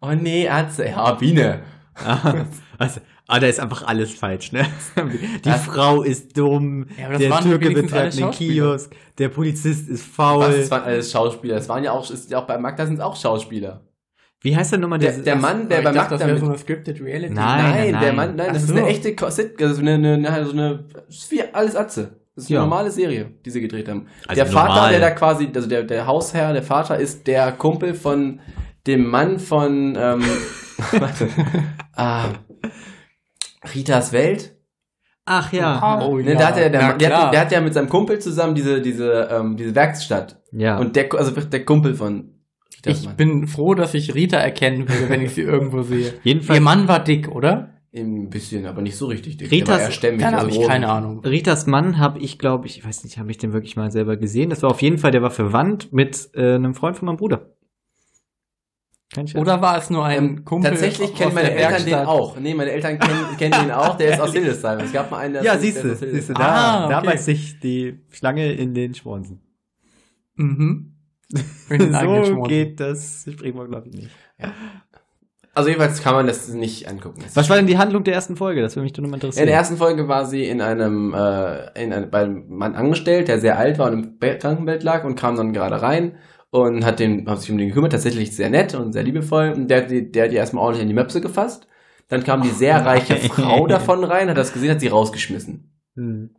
oh nee, Atze. Ja, Biene. Ah, also, ah, da ist einfach alles falsch, ne? Die Das- Frau ist dumm, Ja, aber das der waren Türke wenigstens alle betreibt einen Schauspieler. Kiosk, der Polizist ist faul. Was, das waren alles Schauspieler. Das waren ja auch, ist ja auch bei Magda sind auch Schauspieler. Wie heißt der nochmal? Der, dieses- der Mann, der Aber bei ich dachte, Magda das wäre mit... so eine scripted Reality. Nein. Nein, der nein. Mann, nein, Ach das ist so. eine echte Kosit, also eine, eine, eine, so eine, das ist wie alles Atze. Das ist eine Ja. normale Serie, die sie gedreht haben. Also der Vater, normal. der da quasi, also der, der Hausherr, der Vater ist der Kumpel von dem Mann von, ähm, warte, ah, Ritas Welt. Ach ja. Oh, Ne, da hat er, der, na der, klar. hat, der hat ja mit seinem Kumpel zusammen diese, diese, ähm, diese Werkstatt. Ja. Und der, also der Kumpel von Ritas ich Mann. bin froh, dass ich Rita erkennen würde, wenn ich sie irgendwo sehe. Jedenfalls, Ihr Mann war dick, oder? Ein bisschen, aber nicht so richtig. dick. Ritas- Der war eher stämmig, Dann habe also ich rot. keine Ahnung. Ritas Mann habe ich, glaube ich, ich weiß nicht, habe ich den wirklich mal selber gesehen? Das war auf jeden Fall, der war verwandt mit äh, einem Freund von meinem Bruder. Kein Scherz. Oder war es nur ein Kumpel? Ähm, Tatsächlich aus kennen meine der Eltern den Werkstatt? auch. Nee, meine Eltern kennen, kennen den auch. Der ist aus Hildesheim. Es gab mal einen, der ja, ist- der siehst ist du, aus Hildesheim. siehst du, da, Ah, okay. da beißt sich die Schlange in den Schwanzen. Mhm. Mit den eigenen So Schmorten. geht das Sprichwort, glaube ich, nicht. Also jedenfalls kann man das nicht angucken. Das Was war denn die Handlung der ersten Folge? Das würde mich doch nochmal in interessieren. der ersten Folge war sie in einem, äh, in einem, bei einem Mann angestellt, der sehr alt war und im Bett, Krankenbett lag und kam dann gerade rein und hat den, hat sich um den gekümmert, tatsächlich sehr nett und sehr liebevoll. Und der, hat die- der hat die erstmal ordentlich in die Möpse gefasst. Dann kam die sehr reiche nein. Frau davon rein, hat das gesehen, hat sie rausgeschmissen. Hm.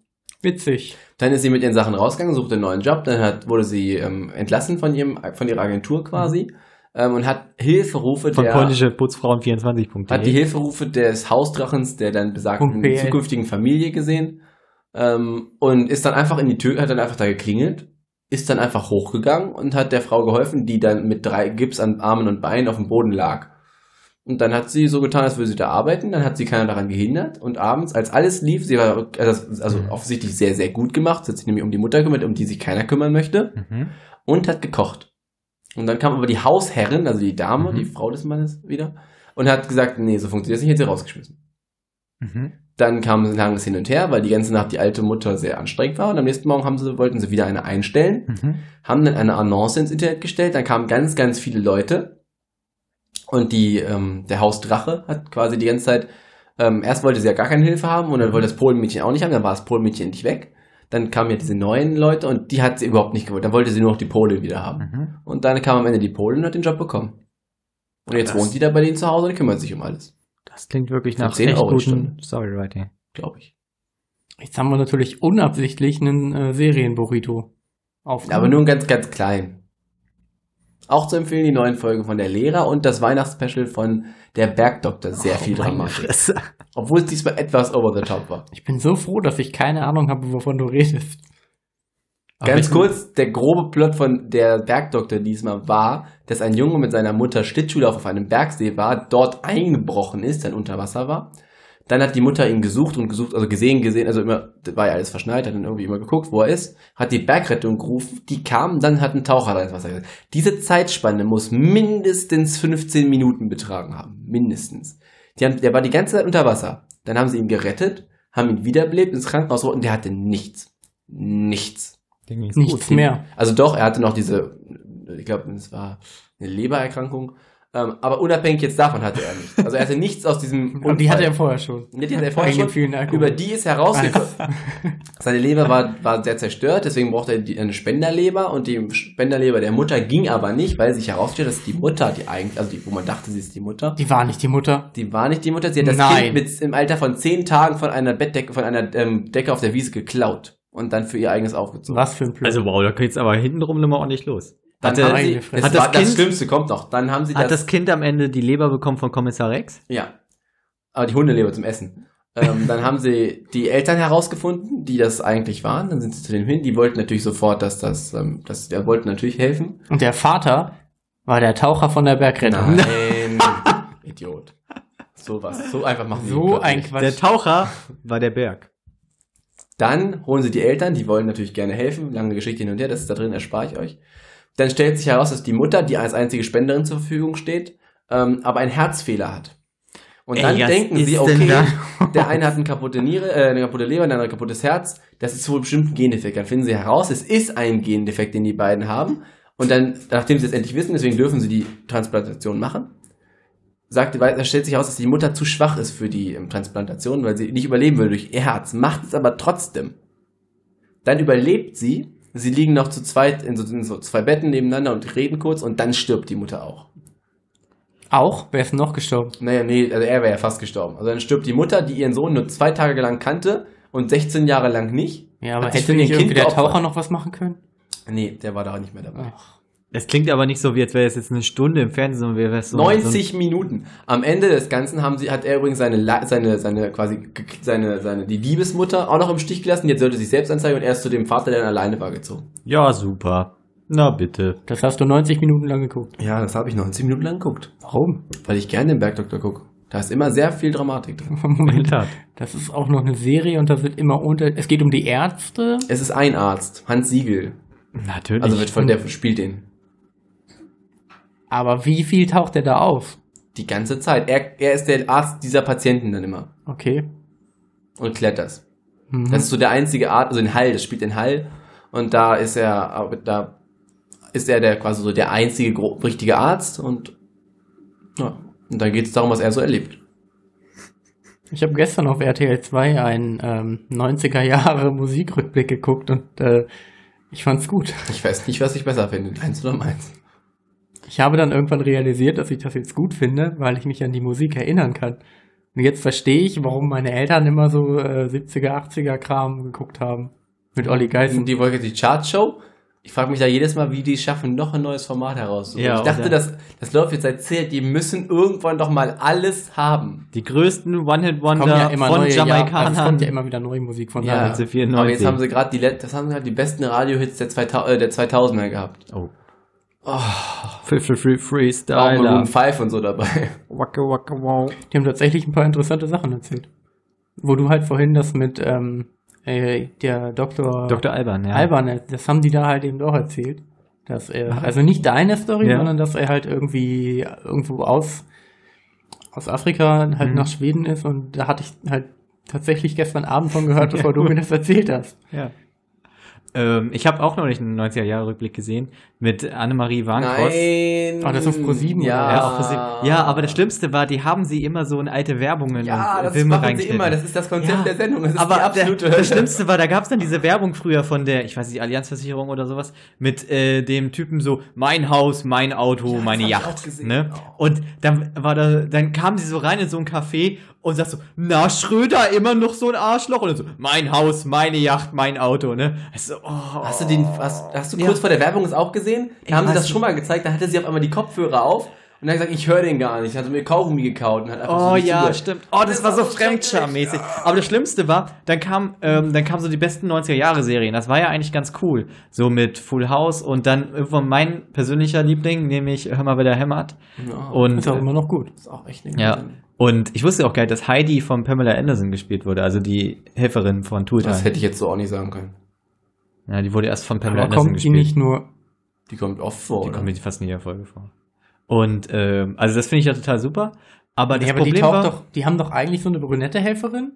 Witzig. Dann ist sie mit ihren Sachen rausgegangen, suchte einen neuen Job, dann hat, wurde sie ähm, entlassen von ihrem, von ihrer Agentur quasi ähm, und hat Hilferufe Von der polnische Putzfrauen24.de. hat die Hilferufe des Hausdrachens der dann besagten Punkt BL. zukünftigen Familie gesehen ähm, und ist dann einfach in die Tür, hat dann einfach da geklingelt, ist dann einfach hochgegangen und hat der Frau geholfen, die dann mit drei Gips an Armen und Beinen auf dem Boden lag. Und dann hat sie so getan, als würde sie da arbeiten, dann hat sie keiner daran gehindert und abends, als alles lief, sie war also, also Mhm. offensichtlich sehr, sehr gut gemacht, sie hat sich nämlich um die Mutter gekümmert, um die sich keiner kümmern möchte Mhm. und hat gekocht. Und dann kam aber die Hausherrin, also die Dame, Mhm. die Frau des Mannes wieder, und hat gesagt, nee, so funktioniert das nicht, hat sie rausgeschmissen. Mhm. Dann kam ein langes Hin und Her, weil die ganze Nacht die alte Mutter sehr anstrengend war und am nächsten Morgen haben sie, wollten sie wieder eine einstellen, Mhm. haben dann eine Annonce ins Internet gestellt, dann kamen ganz, ganz viele Leute und die, ähm, der Hausdrache hat quasi die ganze Zeit, ähm, erst wollte sie ja gar keine Hilfe haben und dann wollte das Polenmädchen auch nicht haben, dann war das Polenmädchen endlich weg. Dann kamen ja diese neuen Leute und die hat sie überhaupt nicht gewollt. Dann wollte sie nur noch die Pole wieder haben. Mhm. Und dann kam am Ende die Polin und hat den Job bekommen. Und jetzt Das- wohnt die da bei denen zu Hause und kümmert sich um alles. Das klingt wirklich Für nach 10 echt Euro die guten Stunde. Storywriting. Glaube ich. Jetzt haben wir natürlich unabsichtlich einen äh, Serienburrito auf. Aber nur ganz, ganz klein. Auch zu empfehlen die neuen Folgen von Der Lehrer und das Weihnachtsspecial von Der Bergdoktor. Sehr viel Dramatik. Obwohl es diesmal etwas over the top war. Ich bin so froh, dass ich keine Ahnung habe, wovon du redest. Ganz kurz, der grobe Plot von der Bergdoktor diesmal war, dass ein Junge mit seiner Mutter Schlittschuhlauf auf einem Bergsee war, dort eingebrochen ist, dann unter Wasser war. Dann hat die Mutter ihn gesucht und gesucht, also gesehen, gesehen, also immer, das war ja alles verschneit, hat dann irgendwie immer geguckt, wo er ist, hat die Bergrettung gerufen, die kam, dann hat ein Taucher da ins Wasser gesetzt. Diese Zeitspanne muss mindestens 15 Minuten betragen haben. Mindestens. Die haben, der war die ganze Zeit unter Wasser. Dann haben sie ihn gerettet, haben ihn wiederbelebt, ins Krankenhaus gebracht und der hatte nichts. Nichts. Nichts mehr. Also doch, er hatte noch diese, ich glaube, es war eine Lebererkrankung. Ähm, aber unabhängig jetzt davon hatte er nichts. Also er hatte nichts aus diesem. Und die Unfall. hatte er vorher schon. Ja, die hatte er vorher schon. Eingefühlen Alkohol. Über die ist Ah. herausgekommen. Seine Leber war, war sehr zerstört, deswegen brauchte er die, eine Spenderleber und die Spenderleber der Mutter ging aber nicht, weil sich herausstellt, dass die Mutter, die eigentlich, also die, wo man dachte, sie ist die Mutter, Die war nicht die Mutter. die war nicht die Mutter, sie hat das Nein. Kind mit, im Alter von zehn Tagen von einer Bettdecke, von einer ähm, Decke auf der Wiese geklaut und dann für ihr eigenes aufgezogen. Was für ein Plot. Also wow, da geht's aber hintenrum immer ordentlich los. Dann Hatte- haben sie, Meine es Fresse. war, Hat das das Kind- Schlimmste kommt noch. Dann haben sie Hat das Kind am Ende die Leber bekommen von Kommissar Rex? Ja. Aber die Hundeleber zum Essen. Ähm, dann haben sie die Eltern herausgefunden, die das eigentlich waren. Dann sind sie zu denen hin. Die wollten natürlich sofort, dass das, ähm, das, die wollten natürlich helfen. Und der Vater war der Taucher von der Bergrettung. Also- Nein. Idiot. So was. So einfach machen sie den So Plot ein nicht. Quatsch. Der Taucher war der Berg. Dann holen sie die Eltern, die wollen natürlich gerne helfen. Lange Geschichte hin und her, das ist da drin, erspare ich euch. Dann stellt sich heraus, dass die Mutter, die als einzige Spenderin zur Verfügung steht, ähm, aber einen Herzfehler hat. Und Ey, dann was denken ist sie, denn okay, da los? der eine hat eine kaputte Niere, äh, eine kaputte Leber, der andere ein kaputtes Herz. Das ist wohl bestimmt ein Gendefekt. Dann finden sie heraus, es ist ein Gendefekt, den die beiden haben. Und dann, nachdem sie es endlich wissen, deswegen dürfen sie die Transplantation machen, sagte, weil es stellt sich heraus, dass die Mutter zu schwach ist für die ähm, Transplantation, weil sie nicht überleben will durch ihr Herz. Macht es aber trotzdem. Dann überlebt sie. Sie liegen noch zu zweit in so, in so zwei Betten nebeneinander und reden kurz und dann stirbt die Mutter auch. Auch? Wer ist denn noch gestorben? Naja, nee, also er wäre ja fast gestorben. Also dann stirbt die Mutter, die ihren Sohn nur zwei Tage lang kannte und 16 Jahre lang nicht. Ja, aber Hat sich hätte für nicht ihr Kind irgendwie der geopfert. Taucher noch was machen können? Nee, der war da nicht mehr dabei. Ach, Das klingt aber nicht so, wie als wäre es jetzt eine Stunde im Fernsehen, sondern wäre es so. 90 Minuten. Am Ende des Ganzen haben sie, hat er übrigens seine, La- seine, seine, quasi, ge- seine, seine, die Liebesmutter auch noch im Stich gelassen. Jetzt sollte sie sich selbst anzeigen und er ist zu dem Vater, der dann alleine war, gezogen. So ein, ja, super. Na bitte. das hast du 90 Minuten lang geguckt. Ja, das habe ich 90 Minuten lang geguckt. Warum? Weil ich gerne den Bergdoktor gucke. Da ist immer sehr viel Dramatik drin. In der Moment. Tat. Das ist auch noch eine Serie und da wird immer unter. Es geht um die Ärzte. Es ist ein Arzt, Hans Siegel. Natürlich. Also wird von der spielt den. Aber wie viel taucht der da auf? Die ganze Zeit. Er, er ist der Arzt dieser Patienten dann immer. Okay. Und klärt das. Mhm. Das ist so der einzige Art, also in Hall, das spielt in Hall. Und da ist er, aber da ist er der quasi so der einzige gro- richtige Arzt und ja, und da geht es darum, was er so erlebt. ich habe gestern auf RTL 2 einen ähm, 90er Jahre Musikrückblick geguckt und äh, ich fand's gut. Ich weiß nicht, was ich besser finde, eins oder meins. Ich habe dann irgendwann realisiert, dass ich das jetzt gut finde, weil ich mich an die Musik erinnern kann. Und jetzt verstehe ich, warum meine Eltern immer so äh, 70er, 80er Kram geguckt haben. Mit Olli Geißen. Die Wolke, die Chartshow. Ich frage mich da jedes Mal, wie die schaffen, noch ein neues Format herauszubringen. Ja, ich dachte, oder? das, das läuft jetzt seit 10, die müssen irgendwann doch mal alles haben. die größten One-Hit-Wonder kommen ja immer von neue Jamaikanern. Jamaikanern. es kommt ja immer wieder neue Musik von Ja. daher. Also 94. Aber jetzt haben sie gerade die, let- das haben sie grad die besten Radiohits der, 2000, äh, der 2000er gehabt. oh. Oh, Free, free, free, auch Freestyler. Maroon 5 und so dabei. Wacke, wacke, wow. Die haben tatsächlich ein paar interessante Sachen erzählt. Wo du halt vorhin das mit ähm, äh, der Dr. Dr. Alban, ja. Alban, das haben die da halt eben auch erzählt. Dass er, also nicht deine Story, Ja. sondern dass er halt irgendwie irgendwo aus, aus Afrika halt Mhm. nach Schweden ist und da hatte ich halt tatsächlich gestern Abend von gehört, bevor du mir das erzählt hast. Ja. Ähm, ich habe auch noch nicht einen 90er-Jahre-Rückblick gesehen mit Annemarie Warnkross. Nein. Ah, das ist auf ProSieben, ja. oder? Ja, auch für sie- ja, aber das Schlimmste war, die haben sie immer so in alte Werbungen Ja, und das Filme machen sie reingeschnitten. immer. Das ist das Konzept Ja, der Sendung. Das ist aber die absolute der, das Hölle. Schlimmste war, da gab es dann diese Werbung früher von der, ich weiß nicht, Allianzversicherung oder sowas, mit äh, dem Typen so, mein Haus, mein Auto, das meine hab ich Yacht. auch gesehen. Oh. Ne? Und dann war da, dann kam sie so rein in so ein Café und sagt so, na Schröder, immer noch so ein Arschloch. Und dann so, mein Haus, meine Yacht, mein Auto, ne? Also, oh, Hast du den, hast, hast du Ja. kurz vor der Werbung es auch gesehen? Da Ich haben sie weiß das nicht. schon mal gezeigt. Da hatte sie auf einmal die Kopfhörer auf und dann gesagt, ich höre den gar nicht. Dann Hat sie mir Kaugummi gekaut und hat einfach so Oh Also nicht ja, zugehört. stimmt. Oh, das, Das war so war so fremdscharmäßig. Aber das Schlimmste war, dann kam, ähm, dann kamen so die besten 90er-Jahre-Serien. Das war ja eigentlich ganz cool. So mit Full House und dann irgendwann mein persönlicher Liebling, nämlich Hör mal, wer da hämmert. Ja, Und, äh, ist auch immer noch gut. Oh, das ist auch echt eine ja. gute- Und ich wusste auch gar nicht, dass Heidi von Pamela Anderson gespielt wurde, also die Helferin von Das Tultan. hätte ich jetzt so auch nicht sagen können. Ja, die wurde erst von Pamela Aber Anderson kommt die gespielt. nicht nur. Die kommt oft vor. die oder? kommt mir fast nie in der Folge vor. Und ähm, also das finde ich ja total super. Aber das Nee, aber die Problem taucht war, doch, die haben doch eigentlich so eine brünette Helferin.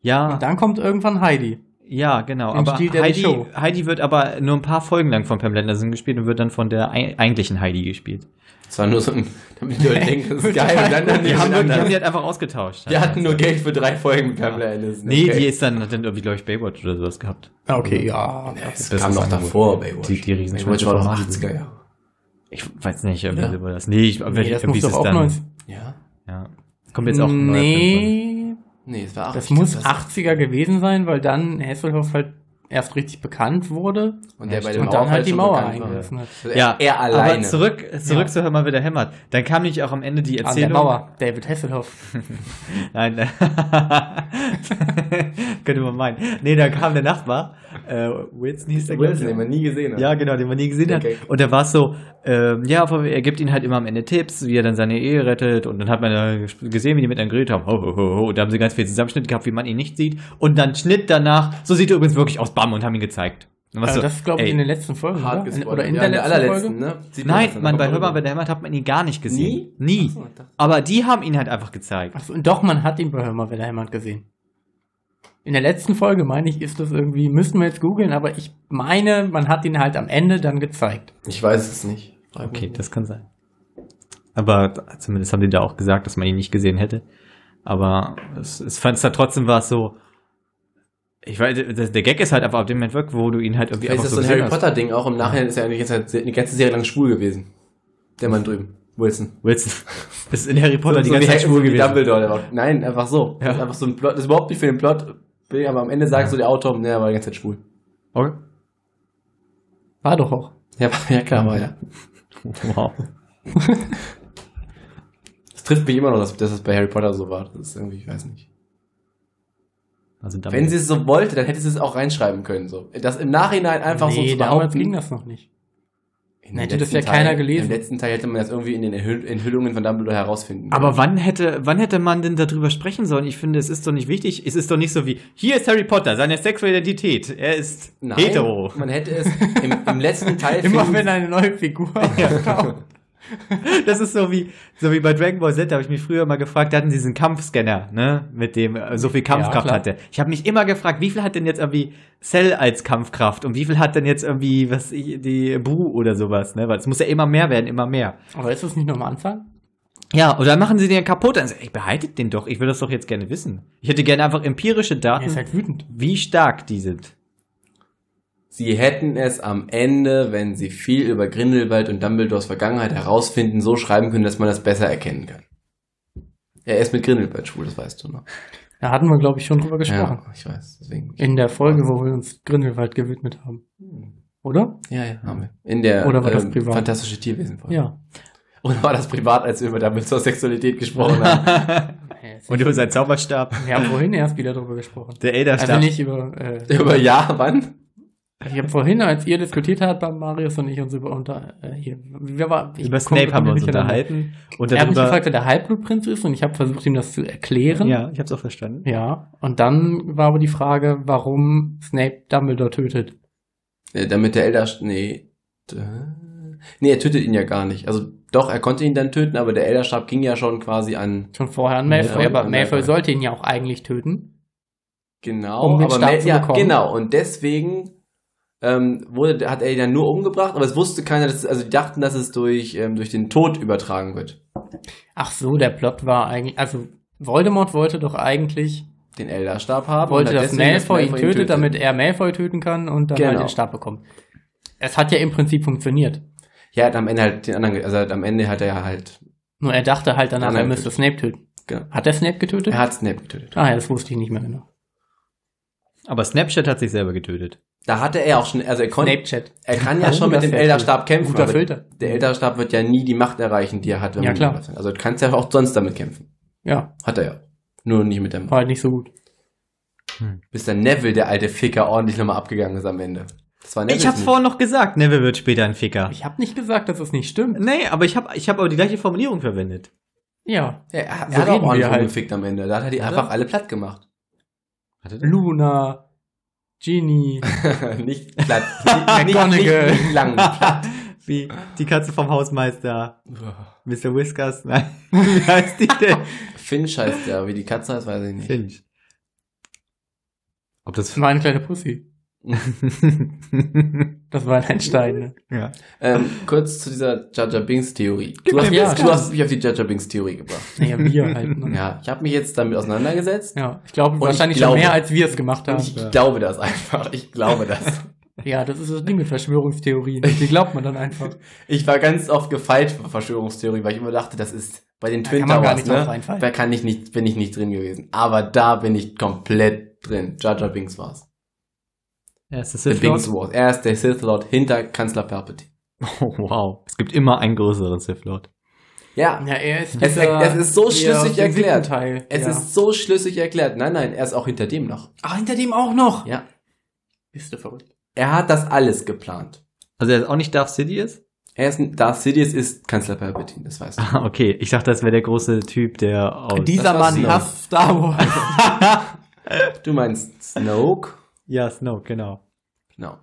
ja, Ah. Und dann kommt irgendwann Heidi. Ja, genau. Den aber stiehlt er die Heidi, Show. Heidi wird aber nur ein paar Folgen lang von Pamela Anderson gespielt und wird dann von der ei- eigentlichen Heidi gespielt. Das war nur so ein, damit die Leute denken, das ist geil. Und dann, dann Die haben, wirklich, die haben die die, halt einfach ausgetauscht. die hatten nur Geld für drei Folgen mit Pamela Anderson. Nee, Okay. die ist dann, hat dann irgendwie, glaube ich, Baywatch oder sowas gehabt. Ah, Okay, ja. Es Ah, Das kam ist noch angenehm. davor, Baywatch. Die- die Baywatch Riesenschwänze war doch vom 80er Jahre. Ich weiß nicht, irgendwie Ja. so war das. Nee, ich, Nee, das muss ist doch es auch dann. neu. Ja. Ja. Kommt jetzt auch ein neuer Film Nee, Nee, es war 80er. das muss 80er gewesen sein, weil dann Hasselhoff halt erst richtig bekannt wurde Und Ja, der bei stimmt. dem und dann halt die Mauer eingegangen eingerissen hat. Ah, von. Ja, er Aber alleine. zurück, zurück Ja. zu Hör mal, wer da hämmert. Dann kam nämlich auch am Ende die An der Erzählung. Mauer, David Hasselhoff. Nein, ne. könnte man meinen. Nee, da kam der Nachbar. Äh, Wilson hieß der glaub ich. Wilson, den man nie gesehen hat. Ja, genau, den man nie gesehen Der hat. Gag. Und da war es so, ähm, ja, von- er gibt ihnen halt immer am Ende Tipps, wie er dann seine Ehe rettet. Und dann hat man ja gesp- gesehen, wie die miteinander geredet haben. Ho, ho, ho, ho. Und da haben sie ganz viel Zusammenschnitt gehabt, wie man ihn nicht sieht. Und dann Schnitt danach, so sieht er übrigens wirklich aus, bam, und haben ihn gezeigt. Was Also so, das ist, glaube ich, ey, in den letzten Folgen, oder? In, oder in Ja, der letzten Folge? ne? Sieht man das Nein, dann man, noch? bei Hör mal, bei der Heimat hat man ihn gar nicht gesehen. Nie? Nie. Achso, ich dachte- Aber die haben ihn halt einfach gezeigt. Achso, doch, man hat ihn bei Hörmer wieder jemand gesehen. In der letzten Folge, meine ich, ist das irgendwie, müssen wir jetzt googeln, aber ich meine, man hat ihn halt am Ende dann gezeigt. Ich weiß es nicht. Okay, das kann sein. Aber d- zumindest haben die da auch gesagt, dass man ihn nicht gesehen hätte. Aber es, es fand es da trotzdem war es so. Ich weiß, der, der Gag ist halt einfach ab dem Moment weg, wo du ihn halt irgendwie Vielleicht einfach ist das so so ein Harry gesehen hast. Potter-Ding auch. Im Nachhinein ist er eigentlich jetzt halt se- eine ganze Serie lang schwul gewesen. Der Mann drüben. Wilson. Wilson ist in Harry Potter die so ganze wie Zeit Harry- schwul wie gewesen. Dumbledore. Der war, nein, einfach so. Ja. Das ist einfach so ein Plot. Das ist überhaupt nicht für den Plot. Aber am Ende sagt so der Autor, ne, er war die ganze Zeit schwul. Okay. War doch auch. Ja, war- ja klar, war ja. Wow. Es trifft mich immer noch, dass, dass das bei Harry Potter so war. Das ist irgendwie, ich weiß nicht. Also Wenn sie es so wollte, dann hätte sie es auch reinschreiben können. So. Das im Nachhinein einfach so zu damals behaupten. ging das noch nicht. In Hätte dem das letzten ja keiner gelesen. Im letzten Teil hätte man das irgendwie in den Enthüll Enthüllungen von Dumbledore herausfinden Aber wann hätte, wann hätte man denn darüber sprechen sollen? Ich finde, es ist doch nicht wichtig. Es ist doch nicht so wie, hier ist Harry Potter, seine sexuelle Identität. Er ist Nein, hetero. Man hätte es im, im letzten Teil. Immer finden- wenn eine neue Figur auftaucht. Das ist so wie, so wie bei Dragon Ball Z, da habe ich mich früher mal gefragt, da hatten sie diesen Kampfscanner, ne? Mit dem äh, so viel Kampfkraft klar. hatte. Ich habe mich immer gefragt, wie viel hat denn jetzt irgendwie Cell als Kampfkraft und wie viel hat denn jetzt irgendwie, was ich, die Bru oder sowas, ne? Weil es muss ja immer mehr werden, immer mehr. Aber ist das nicht noch am Anfang? Ja, und dann machen sie den ja kaputt. Dann, sag ich, behaltet den doch, ich will das doch jetzt gerne wissen. Ich hätte gerne einfach empirische Er Daten, ist halt wütend. wie stark die sind. Sie hätten es am Ende, wenn sie viel über Grindelwald und Dumbledores Vergangenheit herausfinden, so schreiben können, dass man das besser erkennen kann. Er ist mit Grindelwald schwul, das weißt du noch. Da hatten wir, glaube ich, schon drüber gesprochen. Ja, ich weiß, deswegen. In der Folge, wo wir uns Grindelwald gewidmet haben. Hm. Oder? ja, ja, haben wir. In der ähm, Oder war das privat? fantastische Tierwesen-Folge. Ja. Oder war das privat, als wir über Dumbledores Sexualität gesprochen haben? Und über seinen Zauberstab, wir haben vorhin erst wieder drüber gesprochen. der Elderstab. Also nicht über. Äh, über ja, wann? ich habe vorhin, als ihr diskutiert habt, bei Marius und ich uns über unter. Äh, hier, wir war, ich über komm- Snape haben wir uns komm nicht miteinander. unterhalten. Und Er hat mich darüber, gefragt, wer der Halbblutprinz ist, und ich habe versucht, ihm das zu erklären. ja, ich habe es auch verstanden. Ja. Und dann war aber die Frage, warum Snape Dumbledore tötet. Äh, Damit der Elder... Nee. äh, Nee, er tötet ihn ja gar nicht. Also doch, er konnte ihn dann töten, aber der Elderstab ging ja schon quasi an... Schon vorher an Malfoy, Ja, aber an Malfoy Malfoy. sollte ihn ja auch eigentlich töten. Genau, Um den aber Stab Mel- zu ja, bekommen. genau. Und deswegen ähm, wurde, hat er ihn dann nur umgebracht, aber es wusste keiner, dass es, also die dachten, dass es durch, ähm, durch den Tod übertragen wird, Ach so, der Plot war eigentlich. Also, Voldemort wollte doch eigentlich. den Elderstab haben. wollte, und hat dass deswegen Malfoy ihn tötet, damit er Malfoy töten kann und dann halt Genau. den Stab bekommt. Es hat ja im Prinzip funktioniert. Ja, er hat am Ende halt den anderen, ge- also er hat am Ende hat er halt, Nur er dachte halt danach, Nein, er nein, müsste Snape töten. genau, Hat er Snape getötet? er hat Snape getötet. ah ja, das wusste ich nicht mehr genau. Aber Snapchat hat sich selber getötet. Da hatte er auch schon, also er konnte, Snapchat. er kann ja Oh, schon mit das dem wär Elderstab kämpfen. Guter aber Filter. Der Elderstab wird ja nie die Macht erreichen, die er hat. Ja, man ihn klar. überlässt. Also du kannst ja auch sonst damit kämpfen. Ja, Hat er ja. Nur nicht mit der Macht. war halt nicht so gut. Bis der Neville, der alte Ficker, ordentlich nochmal abgegangen ist am Ende. Das war Neville's ich hab's Move. vorhin noch gesagt, Neville wird später ein Ficker. Ich habe nicht gesagt, dass es nicht stimmt. nee, aber ich habe ich hab aber die gleiche Formulierung verwendet. Ja. Ja, er, So er hat reden auch wir ordentlich halt. rumgefickt am Ende. Da hat er die Hat einfach er? alle platt gemacht. Luna, Genie. nicht platt. nicht, nicht, McGonagall. nicht, nicht lang. Wie die Katze vom Hausmeister, Mr. Whiskers, nein, wie heißt die denn? Finch heißt ja, wie die Katze heißt, weiß ich nicht. Finch. Ob das... Das war eine kleine Pussy. Das war ein Stein. Ne? ja. Ähm, kurz zu dieser Jaja Binks Theorie. Du hast, mir ja, das du Gas. hast mich auf die Jaja Binks Theorie gebracht. Naja, wir halt. Ne? Ja, ich habe mich jetzt damit auseinandergesetzt. Ja, ich glaube ich wahrscheinlich glaube- schon mehr, als wir es gemacht haben. Und ich glaube das einfach. Ich glaube das. Ja, das ist das Ding mit Verschwörungstheorien. Die glaubt man dann einfach. Ich war ganz oft gefeit für Verschwörungstheorie, weil ich immer dachte, das ist bei den Da Twin kann man gar Towers, nicht drauf ne? reinfallen. Da kann ich nicht, bin ich nicht drin gewesen. Aber da bin ich komplett drin. Jaja Binks war's. Er ist das The Sith Binks Lord. Wars. Er ist der Sith Lord hinter Kanzler Palpatine. Oh, wow. Es gibt immer einen größeren Sith Lord. Ja, Ja, er ist Es- dieser- es ist so hier schlüssig aus dem siebten erklärt. Teil. es ja. ist so schlüssig erklärt. Nein, nein, er ist auch hinter dem noch. Ach, hinter dem auch noch. Ja. Bist du verrückt? Er hat das alles geplant. Also er ist auch nicht Darth Sidious? Er ist, ein- Darth Sidious ist Kanzler Palpatine, das weißt du. Ah, okay. Ich dachte, das wäre der große Typ, der aus... Dieser das war's Mann noch. hasst Star Wars. Du meinst Snoke? ja, Snoke, genau. Genau.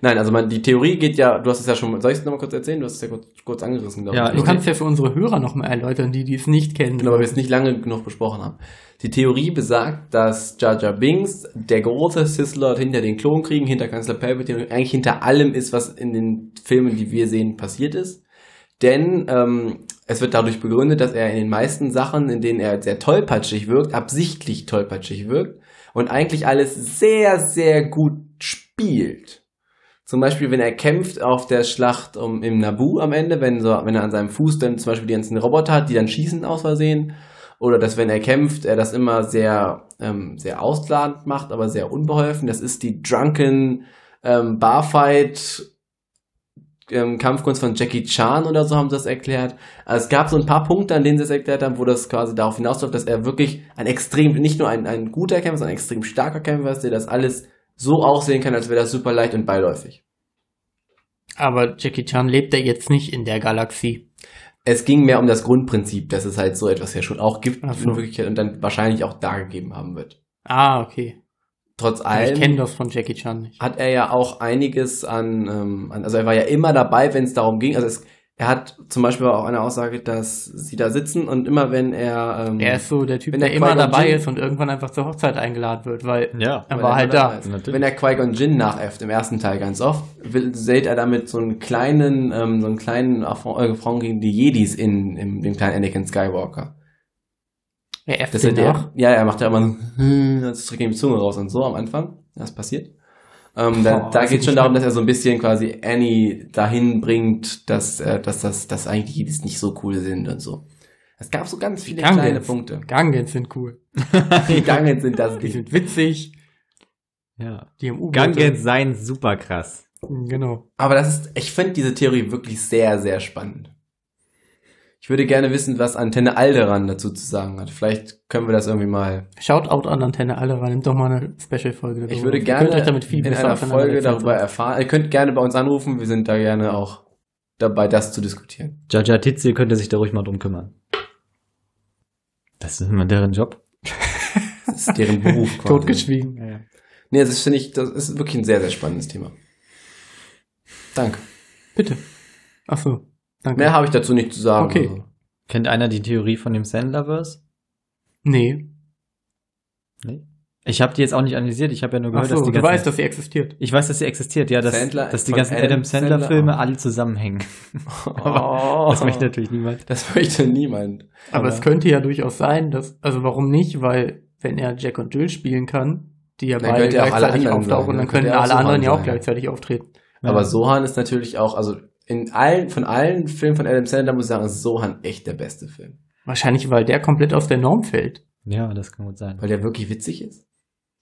Nein, also man, die Theorie geht ja, du hast es ja schon, soll ich es nochmal kurz erzählen? Du hast es ja kurz, kurz angerissen, glaube Ja, ich. Du kannst ja für unsere Hörer nochmal erläutern, die, die es nicht kennen. Genau, weil wir es nicht lange genug besprochen haben. Die Theorie besagt, dass Jar Jar Binks der große Sith Lord hinter den Klonkriegen, hinter Kanzler Palpatine und eigentlich hinter allem ist, was in den Filmen, die wir sehen, passiert ist. Denn ähm, es wird dadurch begründet, dass er in den meisten Sachen, in denen er sehr tollpatschig wirkt, absichtlich tollpatschig wirkt und eigentlich alles sehr, sehr gut spielt. Zum Beispiel, wenn er kämpft auf der Schlacht um, im Nabu am Ende, wenn, so, wenn er an seinem Fuß dann zum Beispiel die ganzen Roboter hat, die dann schießen aus Versehen. Oder dass, wenn er kämpft, er das immer sehr, ähm, sehr ausladend macht, aber sehr unbeholfen. Das ist die Drunken ähm, Barfight ähm, Kampfkunst von Jackie Chan oder so haben sie das erklärt. Also es gab so ein paar Punkte, an denen sie es erklärt haben, wo das quasi darauf hinausläuft, dass er wirklich ein extrem, nicht nur ein, ein guter Kämpfer, sondern ein extrem starker Kämpfer ist, der das alles so aussehen kann, als wäre das super leicht und beiläufig. Aber Jackie Chan lebt ja jetzt nicht in der Galaxie. Es ging mehr um das Grundprinzip, dass es halt so etwas ja schon auch gibt Ach so. in Wirklichkeit und dann wahrscheinlich auch da gegeben haben wird. Ah, okay. Also Trotz ich kenne allem das von Jackie Chan nicht. hat er ja auch einiges an, ähm, an also er war ja immer dabei, wenn es darum ging. Also es, er hat zum Beispiel auch eine Aussage, dass sie da sitzen und immer wenn er ähm, Er ist so der Typ, Wenn der der immer Qui-Gon dabei Jinn- ist und irgendwann einfach zur Hochzeit eingeladen wird, weil Ja, er weil war er halt immer da. dabei ist. natürlich. Wenn er Qui-Gon Jinn nachäfft, im ersten Teil ganz oft, will, seht er damit so einen kleinen, ähm, so einen kleinen Affront, äh, Affront gegen die Jedis in, in dem kleinen Anakin Skywalker. Er äfft Das ist ihn ja nach. der, ja, er macht ja immer so, hm, das drückt ihm die Zunge raus und so am Anfang. Das passiert. Ähm, da Boah, da das geht ist schon nicht darum, mein- dass er so ein bisschen quasi Annie dahin bringt, dass, äh, dass, das, dass eigentlich die Jedis nicht so cool sind und so. Es gab so ganz viele Gangens. kleine Punkte. Gangens sind cool. Die Gangens sind das Die nicht. sind witzig. ja. Die haben U-Boote. Gangens seien super krass. Genau. Aber das ist, ich finde diese Theorie wirklich sehr, sehr spannend. Ich würde gerne wissen, was Antenne Alderan dazu zu sagen hat. Vielleicht können wir das irgendwie mal. Shoutout an Antenne alle rein. Nimmt doch mal eine Special-Folge. darüber Ich auf. würde Also, Ihr gerne Könnt euch damit viel in besser einer Folge auseinandersetzen. darüber erfahren. Ihr könnt gerne bei uns anrufen. Wir sind da gerne auch dabei, das zu diskutieren. Jaja Titze könnte sich da ruhig mal drum kümmern. Das ist immer deren Job. Das ist deren Beruf quasi. Totgeschwiegen. Nee, das finde ich, das ist wirklich ein sehr, sehr spannendes Thema. Danke. Bitte. Ach so. Danke. Mehr habe ich dazu nicht zu sagen. Okay. Also, Kennt einer die Theorie von dem Sandlerverse? nee. Ich habe die jetzt auch nicht analysiert, ich habe ja nur Ach gehört, so, dass die du ganzen, weißt, dass sie existiert. Ich weiß, dass sie existiert, ja, dass, Sandler- dass die von ganzen Adam Adam Sandler Sandler-Filme auch. alle zusammenhängen. oh, Das möchte natürlich niemand. das möchte niemand. Aber Aber- es könnte ja durchaus sein, dass, also warum nicht? Weil, wenn er Jack und Jill spielen kann, die ja Dann beide könnt ihr auch alle gleichzeitig anderen sein, auftauchen, ne? dann Könnt können ihr auch alle so anderen ja auch sein. gleichzeitig auftreten. Aber Ja. Sohan ist natürlich auch, also in allen, von allen Filmen von Adam Sandler muss ich sagen, ist Sohan echt der beste Film. Wahrscheinlich, weil der komplett aus der Norm fällt. Ja, das kann gut sein. Weil der wirklich witzig ist.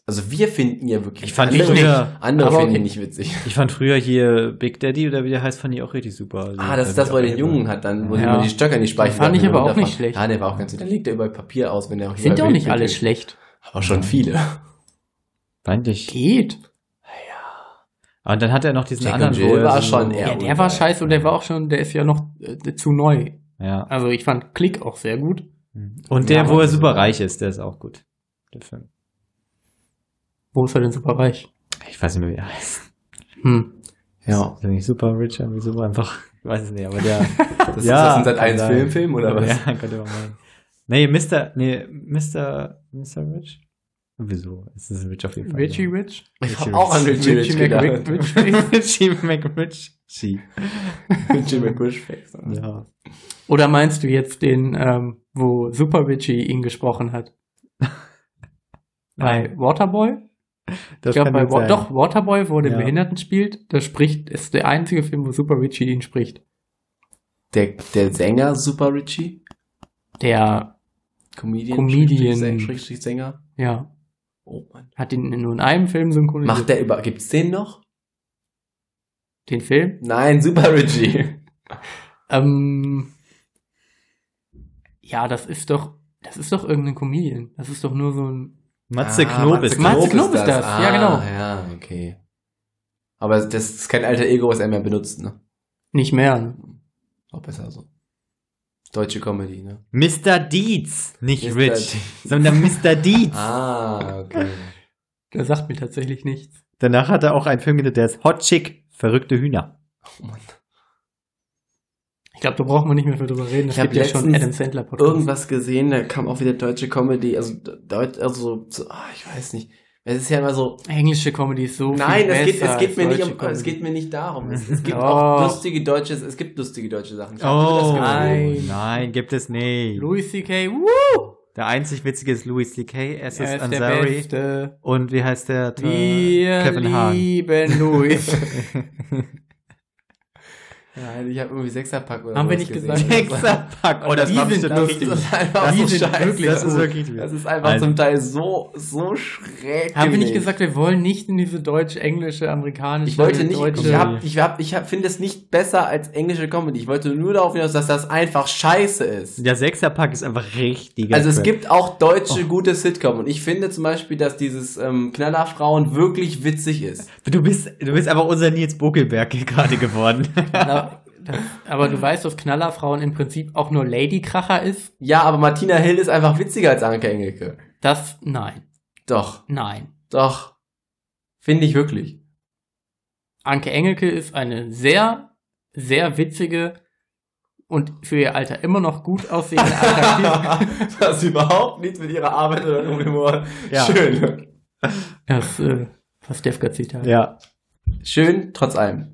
Also wir finden ihn ja wirklich. Ich fand ihn andere, nicht. Andere Aber finden okay. ihn nicht witzig. Ich fand früher hier Big Daddy oder wie der heißt, fand ich auch richtig super. Also, Ah, äh, das ist da das, bin wo er ich den auch Jungen hat, dann, wo Ja. ja. die Stöcker in die Speichen fand ich werfen aber und auch nicht runterfallen. schlecht. Ja, der war auch ganz gut. Dann legt er überall Papier aus, wenn er auch Sind ja auch überall nicht Bild alle kriegt. schlecht. Aber schon viele. halt. Eigentlich. Geht. Und dann hat er noch diesen Jack und anderen Jill wo er war so- schon Ja, eher- Ja, der und- war scheiße und der war auch schon, der ist ja noch äh, zu neu. Ja. Also ich fand Klick auch sehr gut. Und der, Ja, wo er das ist super so. reich ist, der ist auch gut. Der Film. Wo ist er denn super reich? Ich weiß nicht mehr, wie er heißt. Hm. Ja. Ist er nicht super rich, irgendwie super einfach. Ich weiß es nicht, aber der. Das Ja, ist das sind seit kann eins sein. Filmfilm oder was? Ja, könnte man meinen. Nee, Mr. Nee, Mr. Mr. Rich? Wieso? Es ist Rich auf jeden Fall. Richie Rich? Ich Richie hab auch an Richie Rich Richie gedacht. McRich. Richie McRich. Richie McRitchface. Ja. Oder meinst du jetzt den, ähm, wo Super Richie ihn gesprochen hat? Bei Waterboy? Das Ich glaube, kann bei gut Wa sein. doch, Waterboy, wo er den Ja. Behinderten spielt, da spricht, ist der einzige Film, wo Super Richie ihn spricht. Der, der Sänger Super Richie? Der, Comedian? Comedian. Schrägstrich- Schrägstrich Sänger? ja, Oh Mann. hat ihn nur in einem Film synchronisiert. Macht der über, gibt's den noch? den Film? Nein, Super Richie. Ähm, ja, das ist doch, das ist doch irgendein Comedian. Das ist doch nur so ein, Matze Ah, Knobis. Matze Matze Knob ist das. Ah, Ja, genau. Ja, okay. Aber das ist kein alter Ego, was er mehr benutzt, ne? nicht mehr. Auch besser so. Deutsche Comedy, ne? Mr. Deeds. Nicht Mr. Rich, sondern Mr. Deeds. Ah, okay. Der sagt mir tatsächlich nichts. Danach hat er auch einen Film gedreht, der ist Hot Chick, verrückte Hühner. Oh Mann. Ich glaube, da brauchen wir nicht mehr viel drüber reden. Es Ich hab gibt ja schon letztens Adam Sandler Podcast. irgendwas gesehen, da kam auch wieder deutsche Comedy, also Deut also so, ah, ich weiß nicht. Es ist ja immer so Englische Comedy ist so Nein, viel es geht, besser es geht mir als nicht deutsche um, Comedy. es geht mir nicht darum. Es, es gibt Oh. auch lustige deutsche, es gibt lustige deutsche Sachen. Ich hab nur das Gefühl. nein. Oh, nein, gibt es nicht. Louis C.K. Woo! Der einzig witzige ist Louis C.K., es Er ist ist der Ansari Beste. und wie heißt der? Äh, Wir Kevin Hahn. lieben Louis. Nein, ich habe irgendwie Sechserpack oder Haben wir sowas nicht gesehen. gesagt? Sechserpack. Oh, das Die war sind bestimmt Das lustig. ist einfach Die so sind scheiße. wirklich das, ist, gut. wirklich das gut. ist einfach Also- zum Teil so, so schräg. Haben wir gewesen. nicht gesagt, wir wollen nicht in diese deutsch-englische, amerikanische, Ich wollte nicht, deutsche... ich hab, ich hab, ich hab, finde es nicht besser als englische Comedy. Ich wollte nur darauf hinaus, dass das einfach scheiße ist. Der Sechserpack ist einfach richtig. Also es gibt auch deutsche Oh. gute Sitcom und ich finde zum Beispiel, dass dieses ähm, Knallerfrauen wirklich witzig ist. Du bist, du bist einfach unser Nils Bokelberg hier gerade geworden. Na, das, aber du weißt, dass Knallerfrauen im Prinzip auch nur Ladykracher ist? Ja, aber Martina Hill ist einfach witziger als Anke Engelke. Das, nein, Doch, nein. doch. Finde ich wirklich. Anke Engelke ist eine sehr, sehr witzige und für ihr Alter immer noch gut aussehende, attraktive... das ist überhaupt nichts mit ihrer Arbeit oder ihrem Humor. Ja. Schön. Das, äh, was Defka-Zitat. ja. Schön, trotz allem.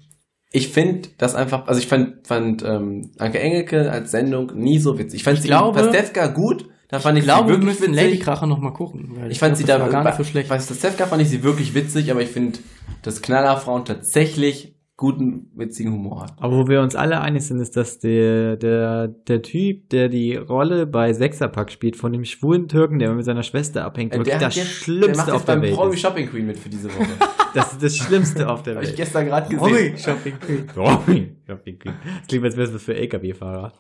Ich finde das einfach, also ich fand, fand ähm, Anke Engelke als Sendung nie so witzig. Ich fand sie glaube- in Pastewka gut, da fand ich, Ich glaube, sie wir wirklich müssen witzig. Ladykracher noch mal gucken. weil ich fand glaub, sie das da war gar nicht so schlecht. Bei Pastewka fand ich sie wirklich witzig, aber ich finde, dass Knallerfrauen tatsächlich guten, witzigen Humor hat. Aber wo wir uns alle einig sind, ist, dass der, der, der Typ, der die Rolle bei Sechserpack spielt, von dem schwulen Türken, der mit seiner Schwester abhängt, wirklich Äh, das der macht Schlimmste jetzt auf der beim Welt. Promi ist. Shopping Queen mit für diese Woche. Das ist das Schlimmste auf der Habe ich Welt. gestern gerade gesehen. Shopping Queen. Promi. Das klingt, als wäre es was für LKW-Fahrer.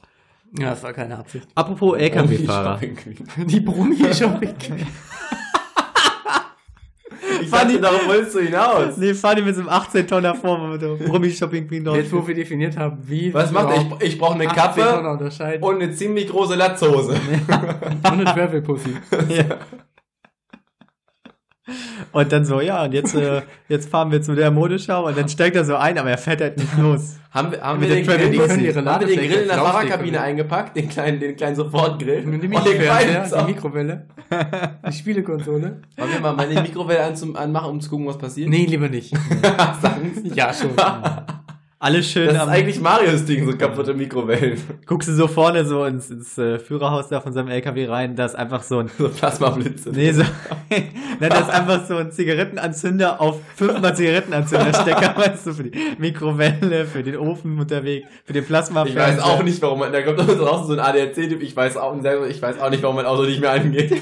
Ja, das war keine Absicht. Apropos LKW-Fahrer. Promi Shopping Queen. Die Brummi-Shopping Queen. Ich Fand fand ich- darauf wolltest du hinaus. Nee, fahr die mit so einem 18-Tonner vor, mit dem Promi-Shopping-Queen drauf. Jetzt, wo wir definiert haben, wie... Was macht er? Ich, ich brauche eine Kappe unterscheiden. und eine ziemlich große Latzhose. Und eine Travel-Pussy. Und dann so, ja, und jetzt, äh, jetzt fahren wir zu der Modeschau und dann steigt er so ein, aber er fährt halt nicht los. Haben wir, haben Mit wir der den Travel Grill, Dixie. haben wir den Ladefläche, Grill in der Laufsteg Fahrerkabine und- eingepackt, den kleinen, den kleinen Sofortgrill. Und die den Mikrowelle, Fallzauber. die Mikrowelle. Die Spielekonsole. Wollen wir mal meine Mikrowelle an zum, anmachen, um zu gucken, was passiert? Nee, lieber nicht. Ja, schon. Alle schön Das ist am, eigentlich Marios Ding, so kaputte Mikrowellen. guckst du so vorne so ins, ins äh, Führerhaus da von seinem LKW rein, da ist einfach so ein, So Plasmablitze. nee, so, nein, da ist einfach so ein Zigarettenanzünder auf fünfmal Zigarettenanzünderstecker, weißt du, für die Mikrowelle, für den Ofen unterwegs, für den Plasma. Ich weiß auch nicht, warum man, da kommt draußen so ein ADAC-Typ, ich weiß auch, ich weiß auch nicht, warum mein Auto nicht mehr angeht.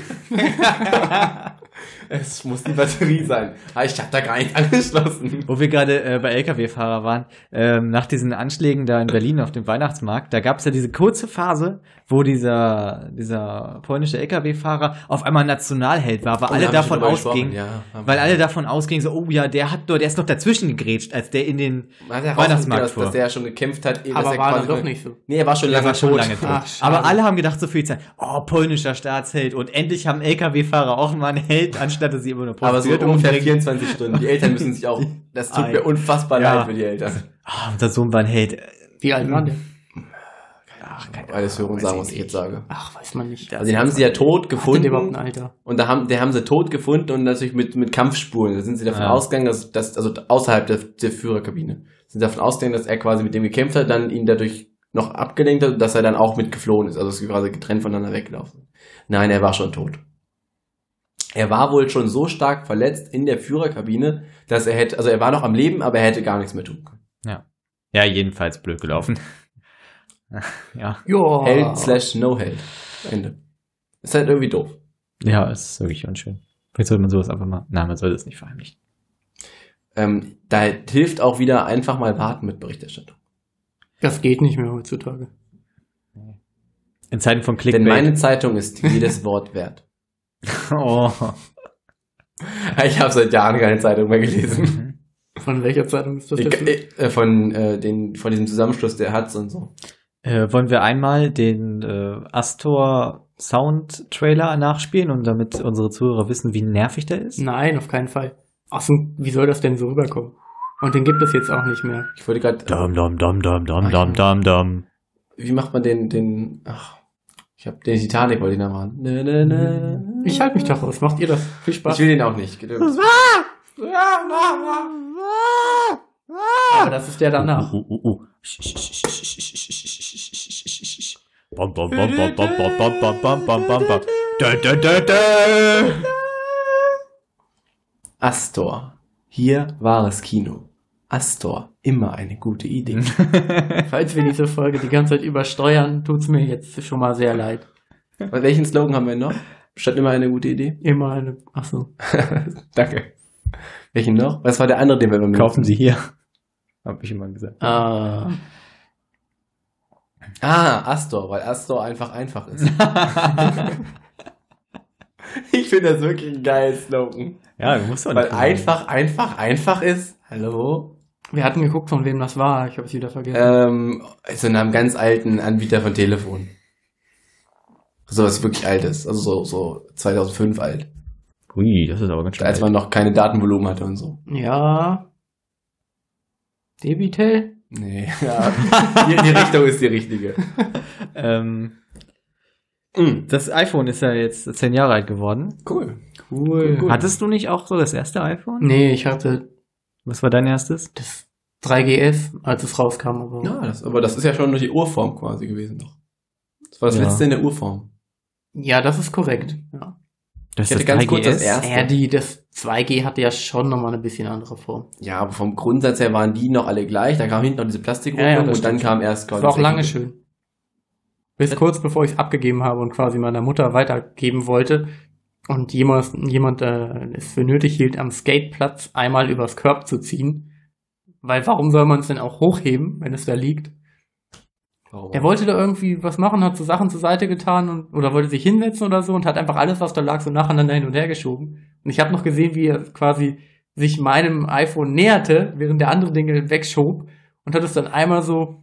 es muss die Batterie sein. Ah, Ich habe da gar nicht angeschlossen. Wo wir gerade äh, bei Lkw-Fahrer waren, ähm, nach diesen Anschlägen da in Berlin auf dem Weihnachtsmarkt, da gab es ja diese kurze Phase, wo dieser, dieser polnische Lkw-Fahrer auf einmal Nationalheld war, weil alle Oh, Da hab ich davon drüber ausgingen, gesprochen, Ja, weil alle davon ausgingen, so, oh ja, der hat doch, der ist noch dazwischen gegrätscht, als der in den Man hat ja rausgekriegt, Weihnachtsmarkt dass, vor. dass der ja schon gekämpft hat. eh, dass Aber er war quasi dann doch mit- nicht so. Nee, er war schon Der lange war schon tot. lange tot. Ach, schade. Aber alle haben gedacht, so viel Zeit, oh, polnischer Staatsheld und endlich haben Lkw-Fahrer auch mal einen Held, anstatt dass sie immer nur Aber so prostituiert ungefähr umbringen. 24 Stunden. Die Eltern müssen sich auch. Das tut Ei. mir unfassbar Ja. leid für die Eltern. Ah, unser Sohn war ein Held. Wie alt war der? Ach, keine Ahnung. Alles hören und weiß sagen, ich was ich nicht. jetzt sage. Ach, weiß man nicht. Also den haben sie ja tot Hatte der überhaupt ein gefunden. Alter? Und da haben, der haben sie tot gefunden und natürlich mit, mit Kampfspuren. Da sind sie davon Ja. ausgegangen, dass, dass, also außerhalb der, der Führerkabine, sind davon ausgegangen, dass er quasi mit dem gekämpft hat, dann ihn dadurch noch abgelenkt hat und dass er dann auch mit geflohen ist. Also es ist quasi getrennt voneinander weggelaufen. Nein, er war schon tot. Er war wohl schon so stark verletzt in der Führerkabine, dass er hätte, also er war noch am Leben, aber er hätte gar nichts mehr tun können. Ja, jedenfalls blöd gelaufen. ja. Joa. Held slash no held. Ende. Ist halt irgendwie doof. Ja, es ist wirklich unschön. Vielleicht sollte man sowas einfach mal. Nein, man sollte es nicht verheimlichen. Ähm, da hilft auch wieder einfach mal warten mit Berichterstattung. Das geht nicht mehr heutzutage. In Zeiten von Clickbait. Denn meine Zeitung ist jedes Wort wert. oh. Ich habe seit Jahren keine Zeitung mehr gelesen. Von welcher Zeitung ist das Ich, der Film? äh, von, äh, den, von diesem Zusammenschluss der Hatz und so. äh, wollen wir einmal den äh, Astor Sound Trailer nachspielen und damit unsere Zuhörer wissen, wie nervig der ist? Nein, auf keinen Fall. aus dem, wie soll das denn so rüberkommen? Und den gibt es jetzt auch nicht mehr. Ich wollte gerade. Dam, dam, dam, dam, dam, dam, dam, dam. Wie macht man den, den. Ach, ich hab den Titanic wollte ich noch machen. Ne, ne, ne. Ich halte mich da raus. Macht ihr das? Viel Ich Spaß. will den auch nicht. Geduld. Aber das ist der danach. Uh, uh, uh, uh. Sch, sch, sch, sch, sch, sch, sch, sch, sch, sch, sch, sch, sch, sch. Bam, bam, bam, bam, bam, bam, bam, bam, bam, bam, bam, bam. Dö, dö, dö, dö. Astor. Hier wahres Kino. Astor. Immer eine gute Idee. Mhm. Falls wir diese Folge die ganze Zeit übersteuern, tut's mir jetzt schon mal sehr leid. Und welchen Slogan haben wir noch? Statt immer eine gute Idee? Immer eine. Ach so. Danke. Welchen noch? Was war der andere, den wir benutzt Kaufen Sie hier. Hab ich immer gesagt. Ah. Ah, Astor, weil Astor einfach einfach ist. ich finde das wirklich ein geiles Slogan. Ja, du musst doch Weil nicht. einfach, einfach, einfach ist. Hallo? Wir hatten geguckt, von wem das war. Ich habe es wieder vergessen. Ähm, also nach einem ganz alten Anbieter von Telefon. So was wirklich altes. Also so, so 2005 alt. Ui, das ist aber ganz schön. Als man noch keine Datenvolumen hatte und so. Ähm. Ja. Debitel? Nee, ja. die, die Richtung ist die richtige. ähm, Mm, das iPhone ist ja jetzt zehn Jahre alt geworden. cool. Cool. Gut. Hattest du nicht auch so das erste iPhone? Nee, ich hatte Was war dein erstes? das 3GS, als es rauskam. Aber Ja, das, aber das ist ja schon durch die Urform quasi gewesen noch. Das war das Ja. letzte in der Urform. Ja, das ist korrekt. Ja. Das Ich hatte ganz kurz das erste. Ja, die, das 2G hatte ja schon nochmal eine bisschen andere Form. Ja, aber vom Grundsatz her waren die noch alle gleich. Da kam hinten noch diese Plastikrundung Ja, ja, das und dann stimmt. kam erst Das war auch lange schon. schön. Bis kurz bevor ich es abgegeben habe und quasi meiner Mutter weitergeben wollte und jemand, jemand äh, es für nötig hielt, am Skateplatz einmal übers Körb zu ziehen. Weil warum soll man es denn auch hochheben, wenn es da liegt? Er wollte da irgendwie was machen, hat so Sachen zur Seite getan und, oder wollte sich hinsetzen oder so und hat einfach alles, was da lag, so nacheinander hin und her geschoben. Und ich habe noch gesehen, wie er quasi sich meinem iPhone näherte, während der andere Dinge wegschob und hat es dann einmal so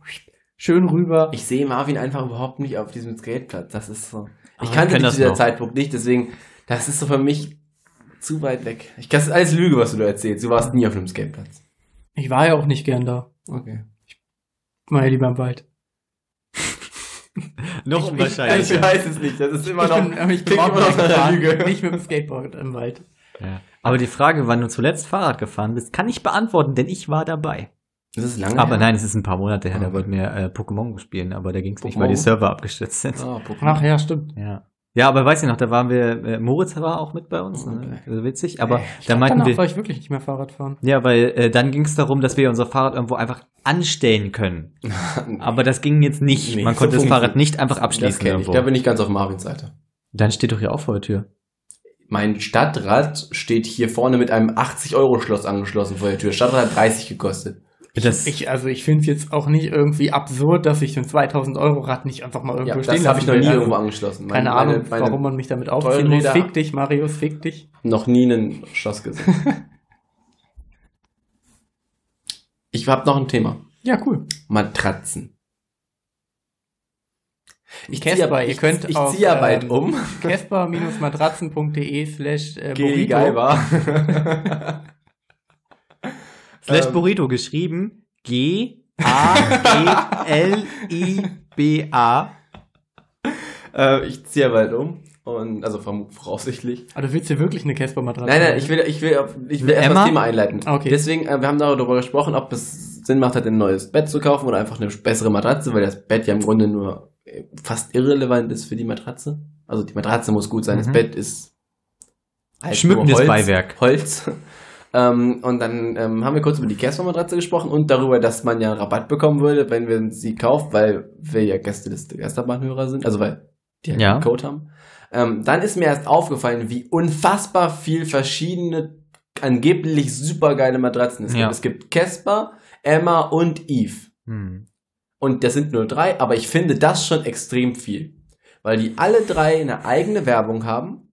schön rüber. Ich sehe Marvin einfach überhaupt nicht auf diesem Skateplatz. Das ist so. Ich Ah, kannte kenn dich das zu dieser noch. Zeitpunkt nicht, deswegen, das ist so für mich zu weit weg. Ich, das ist alles Lüge, was du da erzählst. Du warst nie auf einem Skateplatz. Ich war ja auch nicht gern da. Okay. Mal lieber im Wald. Noch Ich- ich- Ich unwahrscheinlicher. weiß es nicht. Das ist immer ich noch, bin, äh, ich bin klingt auch immer noch nach einer Lüge. nicht mit dem Skateboard im Wald. Ja. Aber die Frage, wann du zuletzt Fahrrad gefahren bist, kann ich beantworten, denn ich war dabei. Das ist lange. Aber her. nein, es ist ein paar Monate her, da Okay. Oh. wollten wir äh, Pokémon spielen, aber da ging es nicht, Pokémon? weil die Server abgestürzt sind. Oh, Pokémon. Ach ja, stimmt. Ja. Ja, aber weiß ich noch, da waren wir, äh, Moritz war auch mit bei uns, ne? Okay. also witzig, aber Ey, da meinten Danach wir, war ich wirklich nicht mehr Fahrrad fahren. ja, weil äh, dann ging es darum, dass wir unser Fahrrad irgendwo einfach anstellen können. Aber das ging jetzt nicht. Nee, Man so konnte das funktioniert- Fahrrad nicht einfach das abschließen kenn ich. irgendwo. Da bin ich ganz auf Marvins Seite. Dann steht doch hier auch vor der Tür. Mein Stadtrat steht hier vorne mit einem 80-Euro-Schloss angeschlossen vor der Tür. Stadtrat hat 30 gekostet. Das, Ich, also ich finde es jetzt auch nicht irgendwie absurd, dass ich den 2000 Euro Rad nicht einfach mal Ja, irgendwo stehen das habe ich noch lassen nie will. irgendwo Also, angeschlossen. Meine- Keine Ahnung, meine, meine, warum man mich damit aufziehen teuren muss. Räder- Fick dich, Marius, fick dich. noch nie einen Schloss gesehen. ich habe noch ein Thema. Ja, cool. Matratzen. Ich Casper, ihr könnt ich, ich auf, ziehe ja bald ähm, um. Casper-matratzen.de slash äh, Geli Burrito. Geiber. Slash Ähm. Burrito geschrieben. G A G L I B A. äh, ich ziehe ja bald um. Und, also verm- voraussichtlich. Ah, du willst dir wirklich eine Casper-Matratze? Nein, nein, ich will, ich will, auf- ich will Mit erst das Emma? Thema einleiten. Okay. Deswegen, äh, wir haben darüber gesprochen, ob es Sinn macht, halt ein neues Bett zu kaufen oder einfach eine bessere Matratze, weil das Bett ja im Grunde nur äh, fast irrelevant ist für die Matratze. Also die Matratze muss gut sein, das Mhm. Bett ist halt Schmückendes nur Beiwerk. Holz. Ähm, und dann ähm, haben wir kurz über die Casper-Matratze gesprochen und darüber, dass man ja einen Rabatt bekommen würde, wenn wir sie kauft, weil wir ja Gästeliste Geisterbahnhörer sind, also weil die halt Ja. einen Code haben. Ähm, dann ist mir erst aufgefallen, wie unfassbar viel verschiedene, angeblich supergeile Matratzen es gibt. Ja. Es gibt Casper, Emma und Eve. Hm. Und das sind nur drei, aber ich finde das schon extrem viel. Weil die alle drei eine eigene Werbung haben,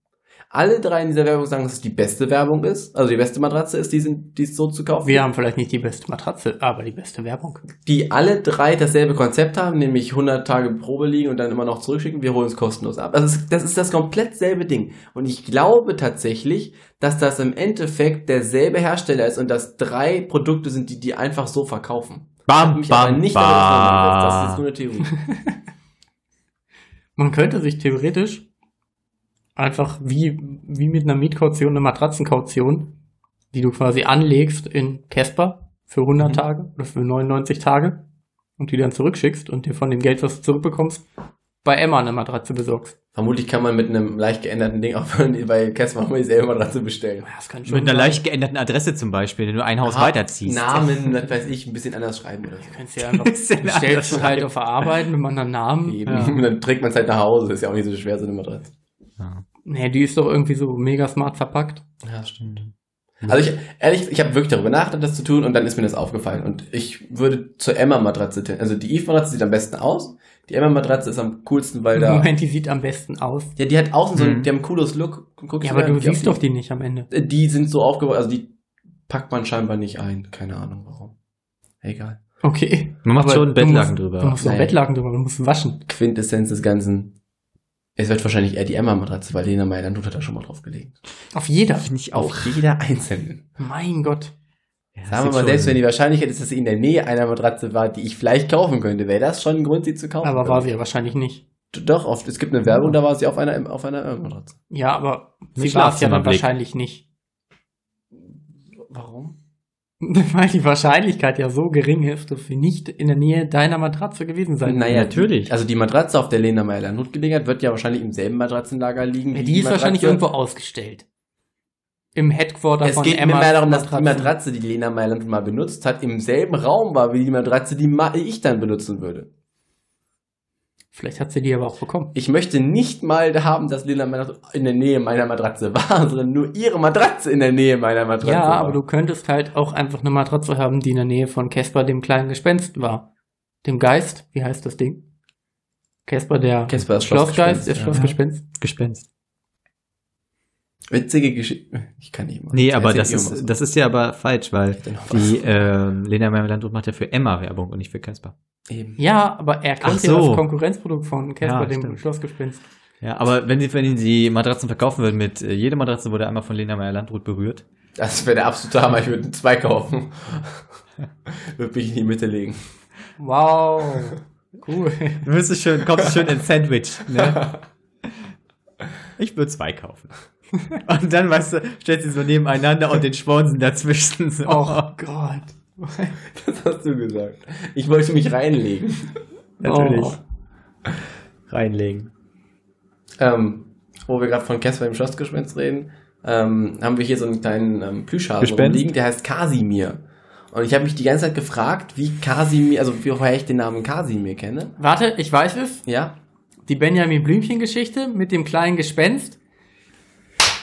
Alle drei in dieser Werbung sagen, dass es die beste Werbung ist, also die beste Matratze ist, die, sind, die es so zu kaufen. Wir haben vielleicht nicht die beste Matratze, aber die beste Werbung. Die alle drei dasselbe Konzept haben, nämlich 100 Tage Probe liegen und dann immer noch zurückschicken, wir holen es kostenlos ab. Also es- das ist das komplett selbe Ding. Und ich glaube tatsächlich, dass das im Endeffekt derselbe Hersteller ist und dass drei Produkte sind, die die einfach so verkaufen. Ich hab Bam, mich aber nicht damit auseinandergesetzt. Das ist nur eine Theorie. Man könnte sich theoretisch einfach wie, wie mit einer Mietkaution, eine Matratzenkaution, die du quasi anlegst in Casper für 100 Mhm. Tage oder für 99 Tage und die dann zurückschickst und dir von dem Geld, was du zurückbekommst, bei Emma eine Matratze besorgst. Vermutlich kann man mit einem leicht geänderten Ding auch bei Casper mal selber Matratze bestellen. Ja, Das kann Mit einer leicht geänderten Adresse zum Beispiel, wenn du ein Haus Ah, weiterziehst. Namen, das weiß ich, ein bisschen anders schreiben oder so. Kannst ja einfach Bisschen bestellst du anders halt auf der Arbeit mit anderen Namen. Eben. Ja. Und dann trägt man es halt nach Hause. Ist ja auch nicht so schwer, so eine Matratze. Ja. Nee, die ist doch irgendwie so mega smart verpackt. Ja, stimmt. Also ich, ehrlich, ich habe wirklich darüber nachgedacht, das zu tun und dann ist mir das aufgefallen. Und ich würde zur Emma-Matratze, ten- also die Eve-Matratze sieht am besten aus. Die Emma-Matratze ist am coolsten, weil da... Moment, die sieht am besten aus. Ja, die hat außen so einen, Mhm. die haben ein cooles Look. Guckst Ja, aber da, du die siehst auf doch die nicht am Ende. die, Die sind so aufgebaut, also die packt man scheinbar nicht ein. Keine Ahnung warum. Egal. Okay. Man macht Aber schon du Bettlaken musst- drüber. Du musst noch Nein. Bettlaken drüber, du musst waschen. Quintessenz des Ganzen. Es wird wahrscheinlich eher die Emma-Matratze, weil Lena Meyer-Landrut hat da schon mal drauf gelegt. Auf jeder. Finde ich Auf jeder einzelnen. Mein Gott. Ja, Sagen das wir ist mal, schon- selbst wenn die Wahrscheinlichkeit ist, dass sie in der Nähe einer Matratze war, die ich vielleicht kaufen könnte, wäre das schon ein Grund, sie zu kaufen. Aber war sie ja wahrscheinlich nicht. sie? Doch, oft. Es gibt eine Werbung, da war sie auf einer, auf einer Matratze. Ja, aber sie Mit war es ja dann Schlafzimmerblick. wahrscheinlich nicht. Warum? Weil die Wahrscheinlichkeit ja so gering ist, dass sie nicht in der Nähe deiner Matratze gewesen sein Naja, natürlich. Also die Matratze, auf der Lena Meyer-Landrut gelegen hat, wird ja wahrscheinlich im selben Matratzenlager liegen. wird. Die ist wahrscheinlich Matratze. irgendwo ausgestellt. Im Headquarter Es von geht mir Emmas mehr darum, dass die Matratzen. Matratze, die Lena Meyer-Landrut mal benutzt hat, im selben Raum war wie die Matratze, die ma ich dann benutzen würde. Vielleicht hat sie die aber auch bekommen. Ich möchte nicht mal haben, dass Lena Meyer-Landrut in der Nähe meiner Matratze war, sondern nur ihre Matratze in der Nähe meiner Matratze ja, war. aber du könntest halt auch einfach eine Matratze haben, die in der Nähe von Casper, dem kleinen Gespenst, war. Dem Geist, wie heißt das Ding? Casper, der Casper, das Schlossgeist, der Schlossgespenst, ja. Schlossgespenst. Gespenst. Witzige Geschichte. Ich kann nicht mal. Nee, aber das Erzähl ich ist, irgendwas. das ist ja aber falsch, weil Dann noch die was. ähm, Lena Meyer-Landrut macht ja für Emma Werbung und nicht für Casper. Eben. Ja, aber er Ach kennt so. ja das Konkurrenzprodukt von Casper, Ja, dem stimmt. Schlossgespenst. Ja, aber wenn sie, wenn sie Matratzen verkaufen würden mit, äh, jede Matratze wurde einmal von Lena Meyer-Landrut berührt. Das wäre der absolute Hammer. Ich würde zwei kaufen. würde mich in die Mitte legen. Wow, cool. Du wirst es schön, kommst schön ins Sandwich, ne? Ich würde zwei kaufen. Und dann, weißt du, stellst du sie so nebeneinander und den Schwanzen dazwischen. So. Oh Gott. Das hast du gesagt. Ich wollte mich reinlegen. Natürlich. Oh. Reinlegen. Ähm, wo wir gerade von Casper im Schlossgespenst reden, ähm, haben wir hier so einen kleinen ähm, Plüschhasen Gespenst? rumliegen, der heißt Kasimir. Und ich habe mich die ganze Zeit gefragt, wie Kasimir, also woher ich den Namen Kasimir kenne. Warte, ich weiß es. Ja? Die Benjamin Blümchen-Geschichte mit dem kleinen Gespenst.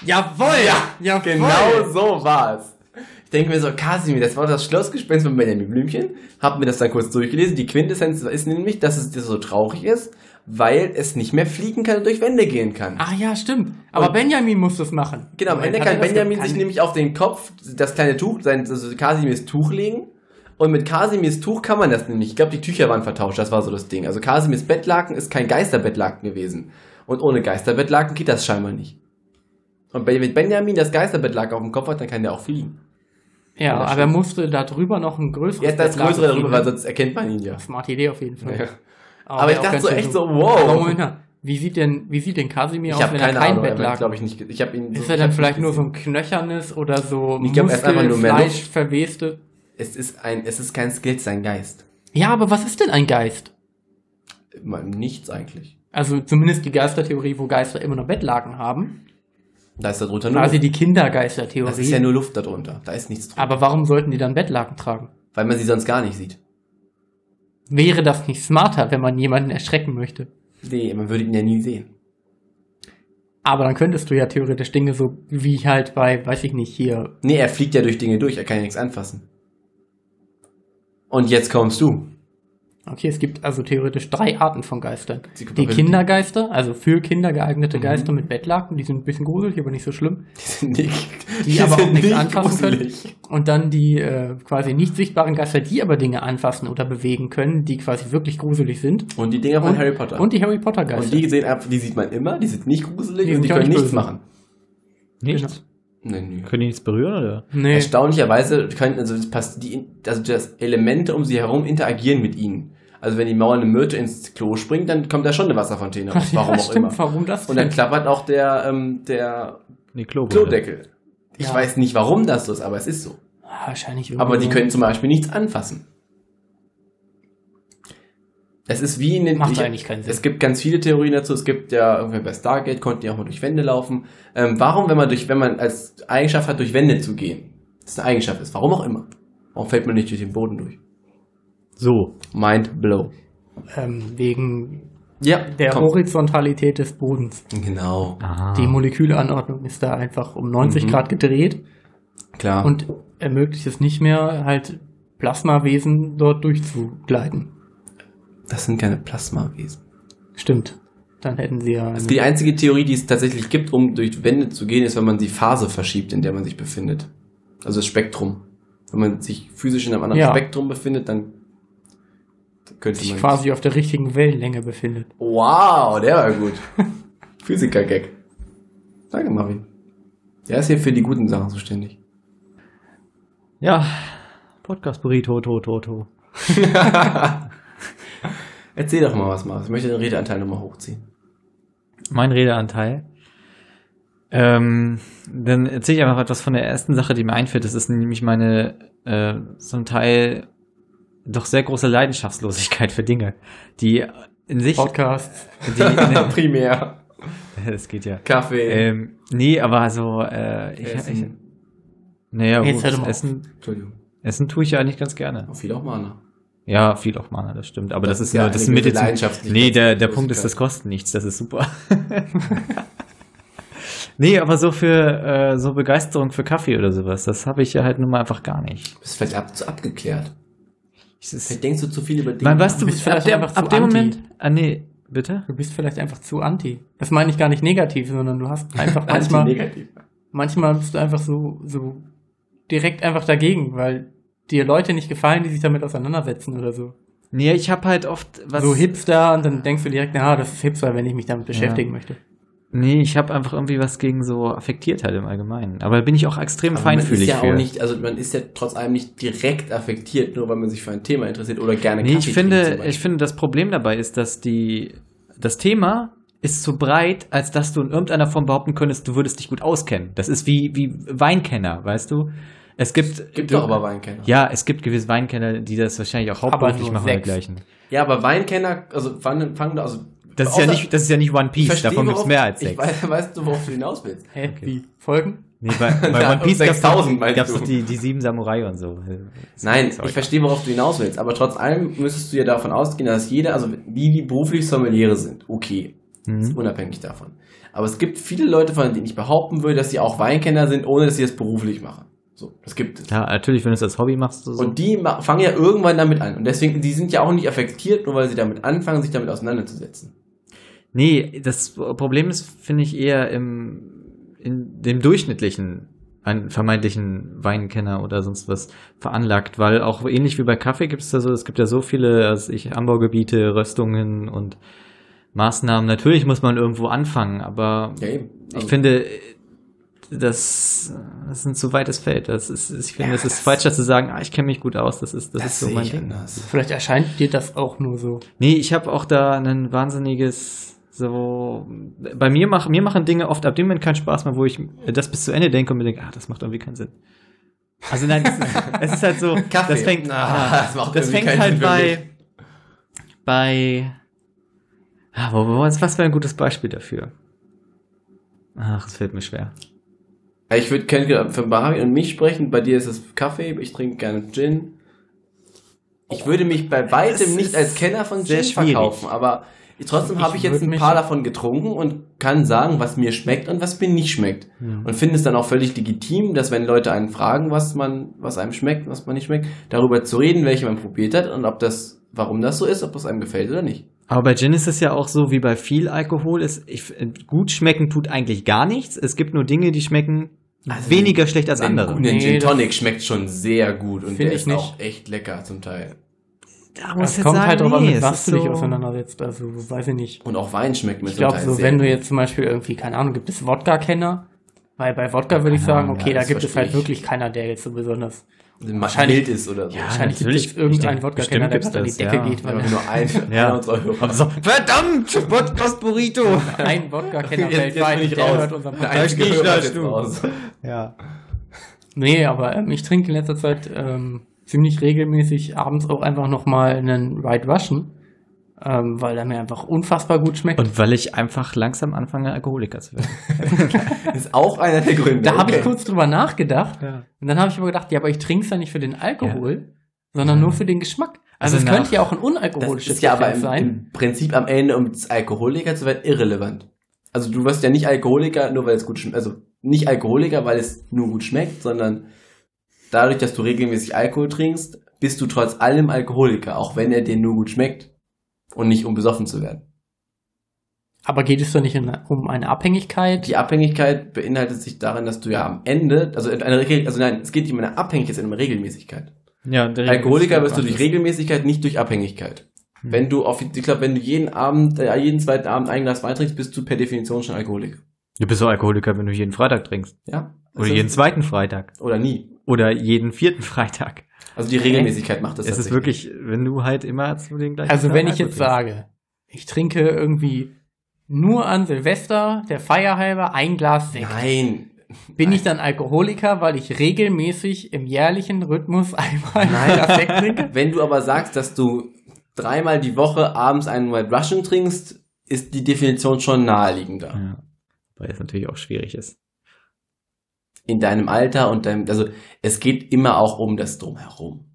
Jawohl! Ja, jawohl. Genau so war's. Ich denke mir so, Kasimir, das war das Schlossgespenst von Benjamin Blümchen. Hab mir das dann kurz durchgelesen. Die Quintessenz ist nämlich, dass es so traurig ist, weil es nicht mehr fliegen kann und durch Wände gehen kann. Ach Ah ja, stimmt. Aber Und- Benjamin muss das machen. Genau, am Ende Hat er kann das Benjamin getan? sich nämlich auf den Kopf das kleine Tuch, sein, also Kasimirs Tuch legen. Und mit Kasimirs Tuch kann man das nämlich. Ich glaube, die Tücher waren vertauscht, das war so das Ding. Also Kasimirs Bettlaken ist kein Geisterbettlaken gewesen. Und ohne Geisterbettlaken geht das scheinbar nicht. Und wenn Benjamin das Geisterbettlaken auf dem Kopf hat, dann kann der auch fliegen. Ja, Ja, aber er stimmt. musste da drüber noch ein größeres. Jetzt das Bettlaken Größere darüber, ziehen. weil sonst erkennt man ihn ja. Smarte Idee auf jeden Fall. Ja. Aber, ich auch dachte ganz so schön echt so, wow. Aber Moment mal, wie sieht denn, wie sieht denn Kasimir Ich aus, habe wenn er keine kein Ahnung, Bett aber ich lag? glaube ich nicht. ge- Ich habe ihn. so- ist er ich dann hab ihn vielleicht nicht nur so gesehen. ein knöchernes oder so Ich glaub, er ist einfach nur mehr Muskelfleisch Luft. verweste? Es ist ein, es ist kein Skelett, sein Geist. Ja, aber was ist denn ein Geist? Mal Nichts eigentlich. Also zumindest die Geistertheorie, wo Geister immer noch Bettlaken haben. Da ist darunter nur. Quasi die Das ist ja Kindergeistertheorie. nur Luft darunter. Da ist nichts drunter. Aber warum sollten die dann Bettlaken tragen? Weil man sie sonst gar nicht sieht. Wäre das nicht smarter, wenn man jemanden erschrecken möchte? Nee, man würde ihn ja nie sehen. Aber dann könntest du ja theoretisch Dinge so wie halt bei, weiß ich nicht, hier. Nee, er fliegt ja durch Dinge durch, er kann ja nichts anfassen. Und jetzt kommst du. Okay, es gibt also theoretisch drei Arten von Geistern. Sie kommt Die auch hin- Kindergeister, also für Kinder geeignete Mhm. Geister mit Bettlaken, die sind ein bisschen gruselig, aber nicht so schlimm. Die sind nicht, Die aber auch sind nichts nicht anfassen können. gruselig. Und dann die äh, quasi nicht sichtbaren Geister, die aber Dinge anfassen oder bewegen können, die quasi wirklich gruselig sind. Und die Dinger von Harry Potter. Und die Harry Potter Und Geister. die sehen ab, die sieht man immer, die sind nicht gruselig Die und sind die gar können nicht nichts böse. machen. Nichts? Nee, nee. Genau. Können die nichts berühren, oder? nee. Erstaunlicherweise können, also das passt, die, also das Elemente um sie herum interagieren mit ihnen. Also wenn die Mauer eine Myrte ins Klo springt, dann kommt da schon eine Wasserfontäne raus, warum ja, auch stimmt, immer. warum das Und dann denn? klappert auch der, ähm, der Nee, Klo. Klodeckel. Ich Ja. weiß nicht, warum das so ist, aber es ist so. Ah, Wahrscheinlich irgendwie Aber die so. können zum Beispiel nichts anfassen. Es ist wie in den. Macht ich- eigentlich keinen Sinn. Es gibt ganz viele Theorien dazu. Es gibt ja irgendwie bei Stargate konnten die auch mal durch Wände laufen. Ähm, warum, wenn man durch, wenn man als Eigenschaft hat, durch Wände zu gehen, das eine Eigenschaft ist, warum auch immer, warum fällt man nicht durch den Boden durch? So. Mind blow. ähm, wegen Ja, der komm. Horizontalität des Bodens. Genau, Aha. Die Moleküleanordnung ist da einfach um 90 Mhm. Grad gedreht klar. und ermöglicht es nicht mehr, halt Plasmawesen dort durchzugleiten. das sind keine Plasmawesen. Stimmt. Dann hätten sie ja. Also die einzige Theorie, die es tatsächlich gibt, um durch Wände zu gehen, ist, wenn man die Phase verschiebt, in der man sich befindet. Also das Spektrum. Wenn man sich physisch in einem anderen Ja. Spektrum befindet, dann könnte sich man. quasi auf der richtigen Wellenlänge befindet. wow, der war gut. Physiker-Gag. Danke, Marvin. Der ist hier für die guten Sachen zuständig. Ja. Podcast Burrito, to, to, to. Erzähl doch mal was, Marvin. Ich möchte den Redeanteil nochmal hochziehen. Mein Redeanteil. Ähm, dann erzähle ich einfach etwas von der ersten Sache, die mir einfällt. Das ist nämlich meine äh, zum Teil doch sehr große Leidenschaftslosigkeit für Dinge, die in sich. Podcasts. Die, ne, Primär. das geht ja. Äh, Kaffee. Ähm, nee, aber also äh, ich, ich Essen. naja, Jetzt gut, hör doch mal auf. Essen, Entschuldigung. Essen tue ich ja eigentlich ganz gerne. Viel auch mal, ne? Ja, viel auch Mana, das stimmt. Aber das, Das ist ist ja nur, das eine sind Mittel gewisse zum- Leidenschaftlichkeit. Nee, der, der Das Punkt ist ist, das klar. kostet nichts, das ist super. nee, aber so für äh, so Begeisterung für Kaffee oder sowas, das habe ich ja halt nun mal einfach gar nicht. Bist vielleicht ab, zu abgeklärt. Ich, das, Vielleicht denkst du zu viel über Dinge. man, weißt du, bist ab vielleicht der, einfach zu ab dem anti. Moment. Ah, nee, bitte? Du bist vielleicht einfach zu anti. Das meine ich gar nicht negativ, sondern du hast einfach manchmal, negativ. manchmal bist du einfach so, so direkt einfach dagegen, weil dir Leute nicht gefallen, die sich damit auseinandersetzen oder so. Nee, ich habe halt oft was. so Hipster und dann denkst du direkt, na, das ist Hipster, wenn ich mich damit beschäftigen möchte. nee, ich habe einfach irgendwie was gegen so affektiert halt im Allgemeinen. Aber da bin ich auch extrem Aber feinfühlig Man ist ja für. auch nicht, also man ist ja trotz allem nicht direkt affektiert, nur weil man sich für ein Thema interessiert oder gerne Nee, ich finde, trinkt ich zum finde, das Problem dabei ist, dass die, das Thema ist zu breit, als dass du in irgendeiner Form behaupten könntest, du würdest dich gut auskennen. Das ist wie, wie Weinkenner, weißt du? Es gibt, Beispiel. Gibt du, doch aber Weinkenner. Ja, es gibt gewisse Weinkenner, die das wahrscheinlich auch Aber hauptberuflich nur machen und sechs. dergleichen. Ja, aber Weinkenner, also fangen fang da, also. Das ist ja außer- nicht, das ist ja nicht One ich Piece, verstehe, davon gibt's worauf- mehr als Ich sechs. weiß, weißt du, worauf du hinaus willst? Hä? Okay. Wie? Folgen? Nee, bei, bei Ja, One Piece gab's 6000 doch, meinst gab's du? doch die, die sieben Samurai und so. Nein, Sorry. ich verstehe, worauf du hinaus willst. Aber trotz allem müsstest du ja davon ausgehen, dass jeder, also die, die beruflich Sommeliere sind, okay, Mhm. unabhängig davon. Aber es gibt viele Leute, von denen ich behaupten würde, dass sie auch Weinkenner sind, ohne dass sie das beruflich machen. So, das gibt es. Ja, natürlich, wenn du es als Hobby machst, so. Und die ma- fangen ja irgendwann damit an. Und deswegen, die sind ja auch nicht affektiert, nur weil sie damit anfangen, sich damit auseinanderzusetzen. Nee, das Problem ist, finde ich, eher im, in dem durchschnittlichen, an vermeintlichen Weinkenner oder sonst was veranlagt, weil auch ähnlich wie bei Kaffee gibt es da so, es gibt ja so viele, also ich, Anbaugebiete, Röstungen und Maßnahmen. Natürlich muss man irgendwo anfangen, aber Ja, eben. ich Also, finde, das, das ist ein zu weites Feld. Das ist, ich finde, Ja, es ist das- falscher zu sagen, ah, ich kenne mich gut aus, das ist, das, das ist so sehe mein ich Ding. anders. Vielleicht erscheint dir das auch nur so. Nee, ich habe auch da ein wahnsinniges so bei mir machen mir machen Dinge oft ab dem Moment keinen Spaß mehr, wo ich das bis zu Ende denke und mir denke, ah, das macht irgendwie keinen Sinn. Also nein, es ist, es ist halt so, Kaffee. das fängt Ah, ah, das macht das irgendwie fängt keinen halt Sinn für bei bei ah, wo, wo, was was wäre ein gutes Beispiel dafür? Ach, es fällt mir schwer. Ja, Ich würde gerne für Barbie und mich sprechen. Bei dir ist es Kaffee, ich trinke gerne Gin. Ich würde mich bei weitem Oh, Das nicht ist als Kenner von sehr Gin schwierig. verkaufen, aber ich- trotzdem habe ich Ich jetzt würd ein mich- paar davon getrunken und kann sagen, was mir schmeckt und was mir nicht schmeckt. Und finde es dann auch völlig legitim, dass wenn Leute einen fragen, was man, was einem schmeckt, was man nicht schmeckt, darüber zu reden, welche man probiert hat und ob das warum das so ist, ob es einem gefällt oder nicht. Aber bei Gin ist es ja auch so, wie bei viel Alkohol ist, ich, gut schmecken tut eigentlich gar nichts. Es gibt nur Dinge, die schmecken Also, weniger schlecht als Ein andere. guter Nee, Gin das- Tonic schmeckt schon sehr gut und Find der ich ist nicht. auch echt lecker zum Teil. Da Es kommt halt drauf an, nee, mit es was ist du dich so- Also auseinandersetzt. Also, weiß ich nicht. Und auch Wein schmeckt mir Ich zum glaube, Teil so, sehr wenn du gut. jetzt zum Beispiel irgendwie, keine Ahnung, gibt es Wodka-Kenner? Weil bei Wodka würde ich keine sagen, Ahnung, okay, ja, da das gibt es verstehe halt ich. wirklich keiner, der jetzt so besonders. Wenn wahrscheinlich- mild ist oder so. Ja, Ja, wahrscheinlich gibt natürlich. es irgendeinen Ich denke, Wodka-Kenner, der bestimmt gerade an die gibt's das, Decke ja. geht, weil aber nur ein, Ja. einer unserer Hörer. So, verdammt! Podcast Burrito! ein Wodka-Kenner Jetzt- jetzt weltweit, bin ich der raus. hört unseren Der Podcast. einzige Da steh ich Hörer da, ist jetzt du. raus. Ja. Nee, aber ähm, ich trinke in letzter Zeit ähm, ziemlich regelmäßig abends auch einfach nochmal einen White Russian, ähm, weil der mir einfach unfassbar gut schmeckt. Und weil ich einfach langsam anfange, Alkoholiker zu werden. Ist auch einer der Gründe. da habe ich Okay. kurz drüber nachgedacht Ja. und dann habe ich aber gedacht, ja, aber ich trinke es ja nicht für den Alkohol, sondern nur für den Geschmack. Also, Also es nach- könnte ja auch ein Das unalkoholisches ist ja aber Getränk im, sein. im Prinzip am Ende, um als Alkoholiker zu werden, irrelevant. Also du wirst ja nicht Alkoholiker, nur weil es gut schmeckt. Also nicht Alkoholiker, weil es nur gut schmeckt, sondern dadurch, dass du regelmäßig Alkohol trinkst, bist du trotz allem Alkoholiker, auch wenn er dir nur gut schmeckt und nicht um besoffen zu werden. Aber geht es doch nicht in, um eine Abhängigkeit? Die Abhängigkeit beinhaltet sich darin, dass du ja am Ende, also, in einer Regel, also nein, es geht nicht um eine Abhängigkeit, es geht um eine Regelmäßigkeit. ja der Alkoholiker wirst du durch nicht Regelmäßigkeit, nicht durch Abhängigkeit. Hm. Wenn du auf, ich glaube, wenn du jeden Abend, äh, jeden zweiten Abend ein Glas Wein trinkst, bist du per Definition schon Alkoholiker. Du bist so Alkoholiker, wenn du jeden Freitag trinkst. Ja? Oder Also- jeden zweiten Freitag. Oder nie. Oder jeden vierten Freitag. Also die Regelmäßigkeit macht das. es ist tatsächlich. wirklich, wenn du halt immer zu den gleichen Also Tag wenn ich Alkohol jetzt trinkst. sage, ich trinke irgendwie nur an Silvester, der Feier halber, ein Glas Sekt. Nein. Bin Nein. ich dann Alkoholiker, weil ich regelmäßig im jährlichen Rhythmus einmal Nein. Glas Sekt trinke? Wenn du aber sagst, dass du dreimal die Woche abends einen White Russian trinkst, ist die Definition schon naheliegender. Ja. Weil es natürlich auch schwierig ist. In deinem Alter und deinem, also es geht immer auch um das Drumherum.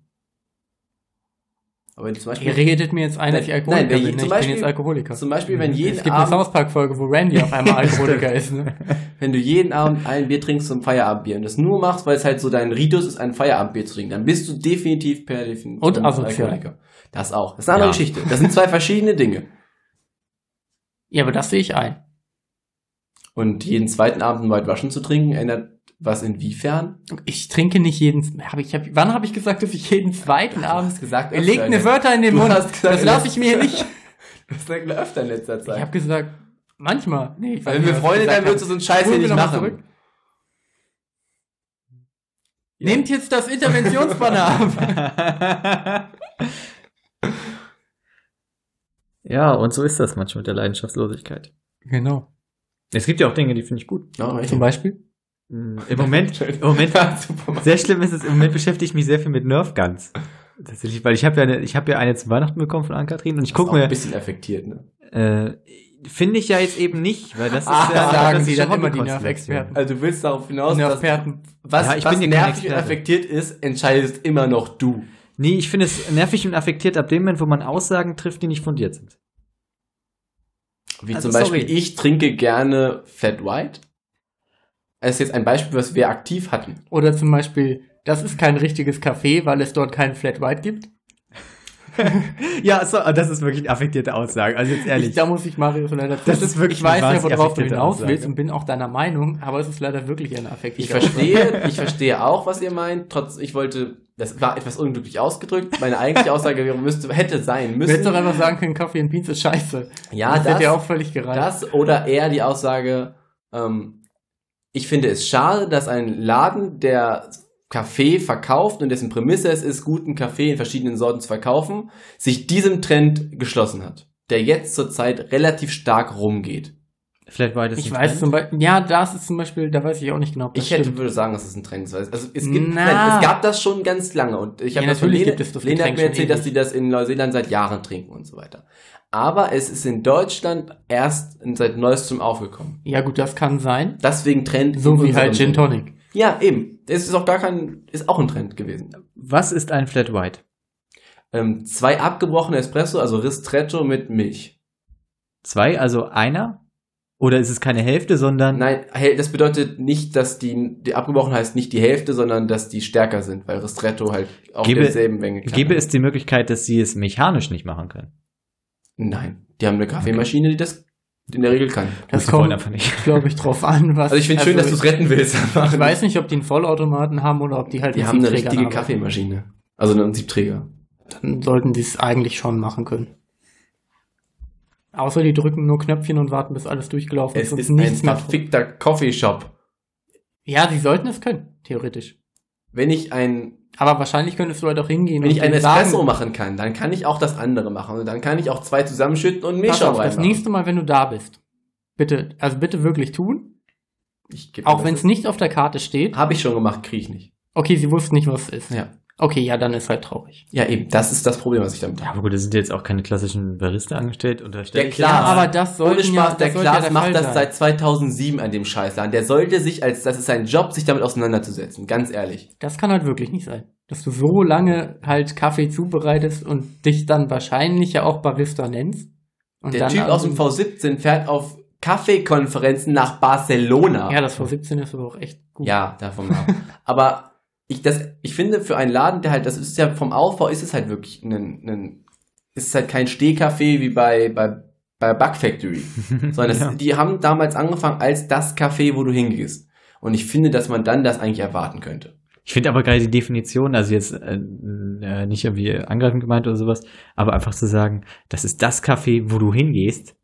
Aber wenn du zum Ihr Beispiel, redet mir jetzt ein, dass ich Nein, Alkoholiker wer je- bin. ne? zum Ich Beispiel- bin jetzt Alkoholiker. Mhm. zum Beispiel, Hm. wenn jeden es gibt eine Abend- South Park Folge, wo Randy auf einmal Alkoholiker ist. Ne? wenn du jeden Abend ein Bier trinkst zum Feierabendbier und das nur machst, weil es halt so dein Ritus ist, ein Feierabendbier zu trinken, dann bist du definitiv per Definition Und asozial. Das auch. Das ist eine andere Ja. Geschichte. Das sind zwei verschiedene Dinge. Ja, aber das sehe ich ein. Und jeden zweiten Abend ein White Russian zu trinken, ändert was inwiefern? Ich trinke nicht jeden... Hab ich, hab, wann habe ich gesagt, dass ich jeden zweiten Abend... gesagt, öfter Legt in mir letzter- Wörter in den Du Mund. hast gesagt, Das lasse ich mir hier nicht. Das sagt man öfter in letzter Ich habe Zeit. gesagt, manchmal. Nee, ich weiß Weil wenn nicht, wir was ich Freunde gesagt wären, würdest du habe. so einen Scheiß Spulen hier wir nicht noch mal machen. zurück. Nehmt jetzt das Interventionsbanner ab. ja, und so ist das manchmal mit der Leidenschaftslosigkeit. Genau. Es gibt ja auch Dinge, die finde ich gut. Ja, richtig. Zum Beispiel? Im Moment, im Moment Super. Sehr schlimm ist es, im Moment beschäftige ich mich sehr viel mit Nerf Guns. Tatsächlich, weil ich habe ja eine, ich habe ja eine zu Weihnachten bekommen von Ann-Kathrin und ich gucke Auch ein mir, bisschen affektiert, ne? äh, finde ich ja jetzt eben nicht, weil das ist Ah, ja sagen das Sie ist dann eine immer die Hobbykonstellation. Nerf-Experten. Also du willst darauf hinaus, dass Nerfperten. was, Ja, ich was bin ja kein nervig und Experte. affektiert ist, entscheidest immer noch du. Nee, ich finde es nervig und affektiert ab dem Moment, wo man Aussagen trifft, die nicht fundiert sind. Wie Also, zum Beispiel, sorry. ich trinke gerne Fat White. Das ist jetzt ein Beispiel, was wir aktiv hatten. Oder zum Beispiel, das ist kein richtiges Café, weil es dort keinen Flat White gibt. ja, so, das ist wirklich eine affektierte Aussage. Also jetzt Ich, da muss ich Mario von leider zustimmen. ist wirklich Ich weiß eine ja, worauf du wahnsinnig hinaus affektierte willst Aussage. und bin auch deiner Meinung, aber es ist leider wirklich ein affektiver. Ich verstehe, ich verstehe auch, was ihr meint. Trotz, ich wollte, das war etwas unglücklich ausgedrückt. Meine eigentliche Aussage wäre, müsste, hätte sein Du hättest doch müssen. einfach sagen können, Kaffee und Beans ist scheiße. Ja, das hätte ja das, auch völlig gereicht. das oder eher die Aussage, ähm, ich finde es schade, dass ein Laden, der Kaffee verkauft und dessen Prämisse es ist, guten Kaffee in verschiedenen Sorten zu verkaufen, sich diesem Trend geschlossen hat, der jetzt zurzeit relativ stark rumgeht. Vielleicht war das ich ein weiß Trend. zum Beispiel, ja, das ist zum Beispiel, da weiß ich auch nicht genau, ob das Ich hätte, stimmt. würde sagen, dass es ein Trend ist. weil es- Also es, gibt, Na. nein, es gab das schon ganz lange und ich habe Ja, das von natürlich Lena, gibt es das Lena hat Getränk mir schon erzählt, dass ewig. die das in Neuseeland seit Jahren trinken und so weiter. Aber es ist in Deutschland erst seit neuestem aufgekommen. Ja gut, das kann sein. Deswegen Trend. in So wie unserem halt Sinne. Gin Tonic. Ja, eben. Es ist auch gar kein, ist auch ein Trend gewesen. Was ist ein Flat White? Ähm, zwei abgebrochene Espresso, also Ristretto mit Milch. Zwei, also einer? Oder ist es keine Hälfte, sondern Nein, hel- das bedeutet nicht, dass die, die abgebrochen heißt nicht die Hälfte, sondern dass die stärker sind, weil Ristretto halt auf Gäbe- derselben Menge kleiner gäbe ist. es die Möglichkeit, dass sie es mechanisch nicht machen können? Nein, die haben eine Kaffeemaschine, die das in der Regel kann. Das Sie wollen kommt, einfach nicht. glaube ich, drauf an, was. Also ich finde es schön, dass du es retten willst. Ich weiß nicht, ob die einen Vollautomaten haben oder ob die halt die mit haben eine Siebträgern richtige arbeiten. Kaffeemaschine. Also einen Siebträger. Dann sollten die es eigentlich schon machen können. Außer die drücken nur Knöpfchen und warten, bis alles durchgelaufen Es ist und ist ein nichts mehr. verfickter Coffeeshop. Ja, sie sollten es können, theoretisch. Wenn ich ein Aber wahrscheinlich könntest du halt auch hingehen Wenn ich einen denen Espresso sagen, machen kann, dann kann ich auch das andere machen. Und dann kann ich auch zwei zusammenschütten und pass Milch auf, das reinmachen. nächste Mal, wenn du da bist, bitte, also bitte wirklich tun, Ich geb auch mir wenn das- es nicht auf der Karte steht. Habe ich schon gemacht, kriege ich nicht. Okay, sie wussten nicht, was es ist. Ja. Okay, ja, dann ist halt traurig. Ja, eben. Das ist das Problem, was ich damit Ja, habe. aber gut, das sind jetzt auch keine klassischen Barista angestellt. Unterstelle Der ich Klaas. jetzt Ja, mal. aber das sollte Ohne Spaß, ja, der sollte ja Klaas macht Fall das sein. seit 2007 an dem Scheißladen. Der sollte sich als, das ist sein Job, sich damit auseinanderzusetzen. Ganz ehrlich. Das kann halt wirklich nicht sein. Dass du so lange halt Kaffee zubereitest und dich dann wahrscheinlich ja auch Barista nennst. Und Der dann Typ am- aus dem V17 fährt auf Kaffeekonferenzen nach Barcelona. Ja, das V17 ist aber auch echt gut. Ja, davon mal. ab. Aber ich, das, ich finde, für einen Laden, der halt, das ist ja vom Aufbau, ist es halt wirklich ein, ein ist es halt kein Stehkaffee wie bei, bei, bei Bug Factory. Sondern das, Ja. die haben damals angefangen als das Café, wo du hingehst. Und ich finde, dass man dann das eigentlich erwarten könnte. Ich finde aber gerade die Definition, also jetzt äh, äh, nicht irgendwie angreifend gemeint oder sowas, aber einfach zu sagen, das ist das Café, wo du hingehst,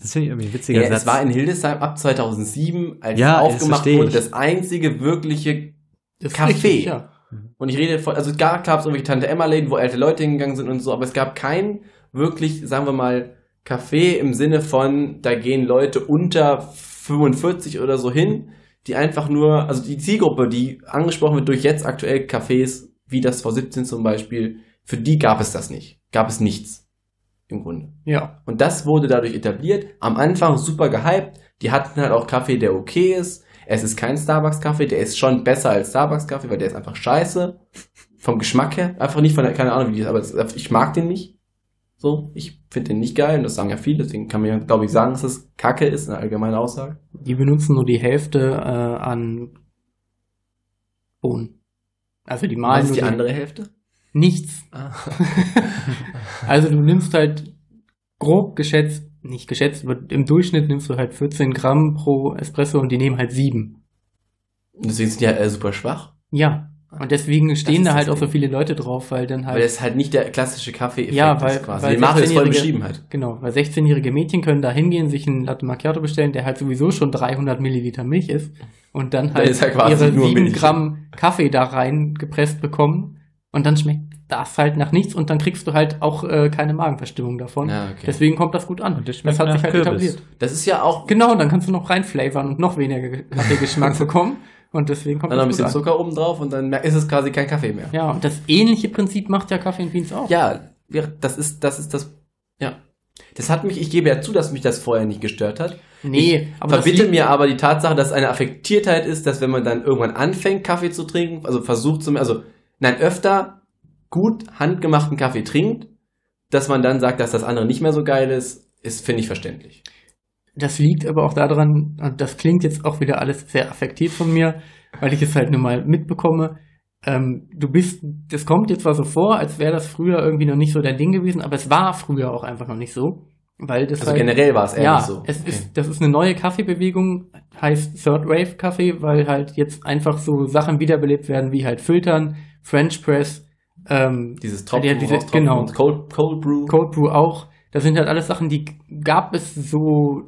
das finde ich irgendwie ein witziger Ja, Satz. es war in Hildesheim ab 2007, als Ja, es das aufgemacht verstehe wurde, ich. das einzige wirkliche Das ist Kaffee. richtig, ja. Und ich rede von, also gar gab es irgendwelche Tante Emma-Läden, wo alte Leute hingegangen sind und so, aber es gab kein wirklich, sagen wir mal, Café im Sinne von, da gehen Leute unter 45 oder so hin, die einfach nur, also die Zielgruppe, die angesprochen wird durch jetzt aktuell Cafés, wie das V17 zum Beispiel, für die gab es das nicht. Gab es nichts. Im Grunde. ja. Und das wurde dadurch etabliert. Am Anfang super gehypt. Die hatten halt auch Kaffee, der okay ist. Es ist kein Starbucks-Kaffee, der ist schon besser als Starbucks-Kaffee, weil der ist einfach scheiße. Vom Geschmack her. Einfach nicht von der, keine Ahnung, wie die ist, aber es, ich mag den nicht. So, ich finde den nicht geil und das sagen ja viele, deswegen kann man ja, glaube ich, sagen, dass es Kacke ist, eine allgemeine Aussage. Die benutzen nur die Hälfte äh, an Bohnen. Also die malen Was ist nur die andere Hälfte? nichts. Ah. also du nimmst halt grob geschätzt, nicht geschätzt, aber im Durchschnitt nimmst du halt 14 Gramm pro Espresso und die nehmen halt 7. Deswegen sind die halt äh, super schwach. Ja. Und deswegen stehen ist da Ah, das halt auch so Ding. viele Leute drauf, weil dann Weil halt. das halt nicht der klassische Kaffee-Effekt Ja, weil- ist quasi, weil den Mario es voll 16-Jährige beschrieben halt. hat. Genau, weil 16-jährige Mädchen können da hingehen, sich einen Latte Macchiato bestellen, der halt sowieso schon 300 Milliliter Milch ist und dann halt ist ja quasi ihre nur 7 Milch. Gramm Kaffee da reingepresst bekommen und dann schmeckt das halt nach nichts und dann kriegst du halt auch äh, keine Magenverstimmung davon. Ja, okay. Deswegen kommt das gut an. Und das schmeckt nach Kürbis. Das ist ja auch Genau, dann kannst du noch reinflavern und noch weniger Kaffeegeschmack bekommen und deswegen kommt Dann noch ein das Genau, gut bisschen an. Zucker oben drauf und dann mer- ist es quasi kein Kaffee mehr. Ja, und das ähnliche Prinzip macht ja Kaffee in Beans auch. Ja, ja, das ist, das ist das. Ja. Das hat mich, ich gebe ja zu, dass mich das vorher nicht gestört hat. Nee, aber das Verbitte liegt- mir aber die Tatsache, dass eine Affektiertheit ist, dass wenn man dann irgendwann anfängt, Kaffee zu trinken, also versucht zum, also, nein, öfter gut handgemachten Kaffee trinkt, dass man dann sagt, dass das andere nicht mehr so geil ist, ist, finde ich, verständlich. Das liegt aber auch daran, und das klingt jetzt auch wieder alles sehr affektiv von mir, weil ich es halt nun mal mitbekomme. Ähm, du bist, das kommt jetzt zwar so vor, als wäre das früher irgendwie noch nicht so dein Ding gewesen, aber es war früher auch einfach noch nicht so, weil das Also halt, generell war es ehrlich ja, so. es Okay. ist, das ist eine neue Kaffeebewegung, heißt Third Wave Kaffee, weil halt jetzt einfach so Sachen wiederbelebt werden wie halt Filtern, French Press, ähm, dieses Tropfen, Ja, diese- raustropfen, genau. Cold, Cold Brew. Cold Brew auch. Das sind halt alles Sachen, die gab es so.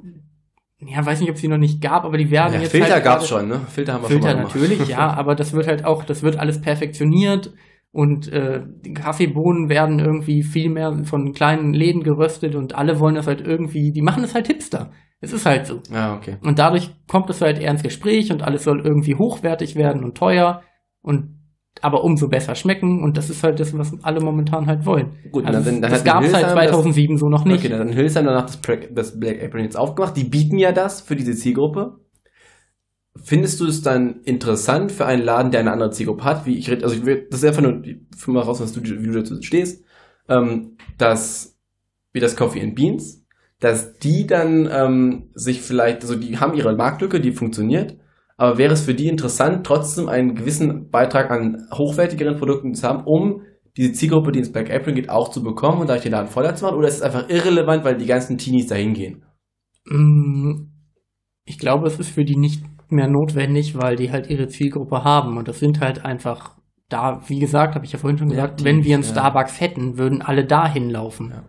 Ja, weiß nicht, ob es die noch nicht gab, aber die werden ja, jetzt. Filter halt gab's gerade- schon, ne? Filter haben wir Filter schon mal gemacht. natürlich, ja, aber das wird halt auch, das wird alles perfektioniert und äh, die Kaffeebohnen werden irgendwie viel mehr von kleinen Läden geröstet und alle wollen das halt irgendwie, die machen es halt hipster. Es ist halt so. Ja, Ah, okay. Und dadurch kommt es halt eher ins Gespräch und alles soll irgendwie hochwertig werden und teuer und aber umso besser schmecken und das ist halt das, was alle momentan halt wollen. Gut, Also und dann- dann das hat die gab es halt Hildesheim das- 2007 so noch nicht. Okay, dann Hills haben danach das, Pra- das Black Apron jetzt aufgemacht. Die bieten ja das für diese Zielgruppe. Findest du es dann interessant für einen Laden, der eine andere Zielgruppe hat? Wie ich rede, also ich will das ist einfach nur für mal raus, was du, wie du dazu stehst, ähm, dass wie das Coffee and Beans, dass die dann ähm, sich vielleicht, also die haben ihre Marktlücke, die funktioniert, aber wäre es für die interessant, trotzdem einen gewissen Beitrag an hochwertigeren Produkten zu haben, um diese Zielgruppe, die ins Black Apron geht, auch zu bekommen und dadurch den Laden voller zu machen? Oder ist es einfach irrelevant, weil die ganzen Teenies dahin gehen? Mm, Ich glaube, es ist für die nicht mehr notwendig, weil die halt ihre Zielgruppe haben. Und das sind halt einfach da, wie gesagt, habe ich ja vorhin schon Ja, gesagt, die- wenn wir einen ja. Starbucks hätten, würden alle da hinlaufen. Ja.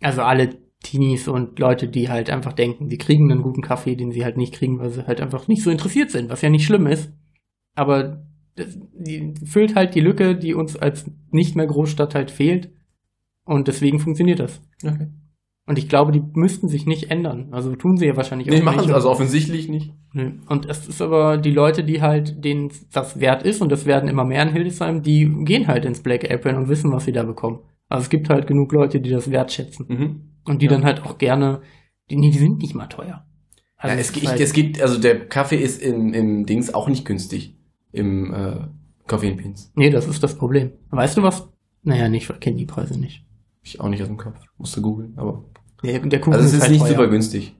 Also alle Teenies und Leute, die halt einfach denken, sie kriegen einen guten Kaffee, den sie halt nicht kriegen, weil sie halt einfach nicht so interessiert sind, was ja nicht schlimm ist. Aber das, die füllt halt die Lücke, die uns als nicht mehr Großstadt halt fehlt. Und deswegen funktioniert das. Okay. Und ich glaube, die müssten sich nicht ändern. Also tun sie ja wahrscheinlich Nee, machen nicht. sie also offensichtlich nicht. Nö. Und es ist aber die Leute, die halt, denen das wert ist, und das werden immer mehr in Hildesheim, die gehen halt ins Black Apron und wissen, was sie da bekommen. Also es gibt halt genug Leute, die das wertschätzen. Mhm. Und die Ja. dann halt auch gerne, die, nee, die sind nicht mal teuer. Also ja, es es, ist gibt, halt, es gibt, also der Kaffee ist im, im Dings auch nicht günstig. Im äh, Coffee and Beans. nee, das ist das Problem. Weißt du was? Naja, nicht, ich kenne die Preise nicht. Ich auch nicht aus dem Kopf. Musste googeln, aber. Der, der Kuchen Also es ist halt nicht teuer. super günstig.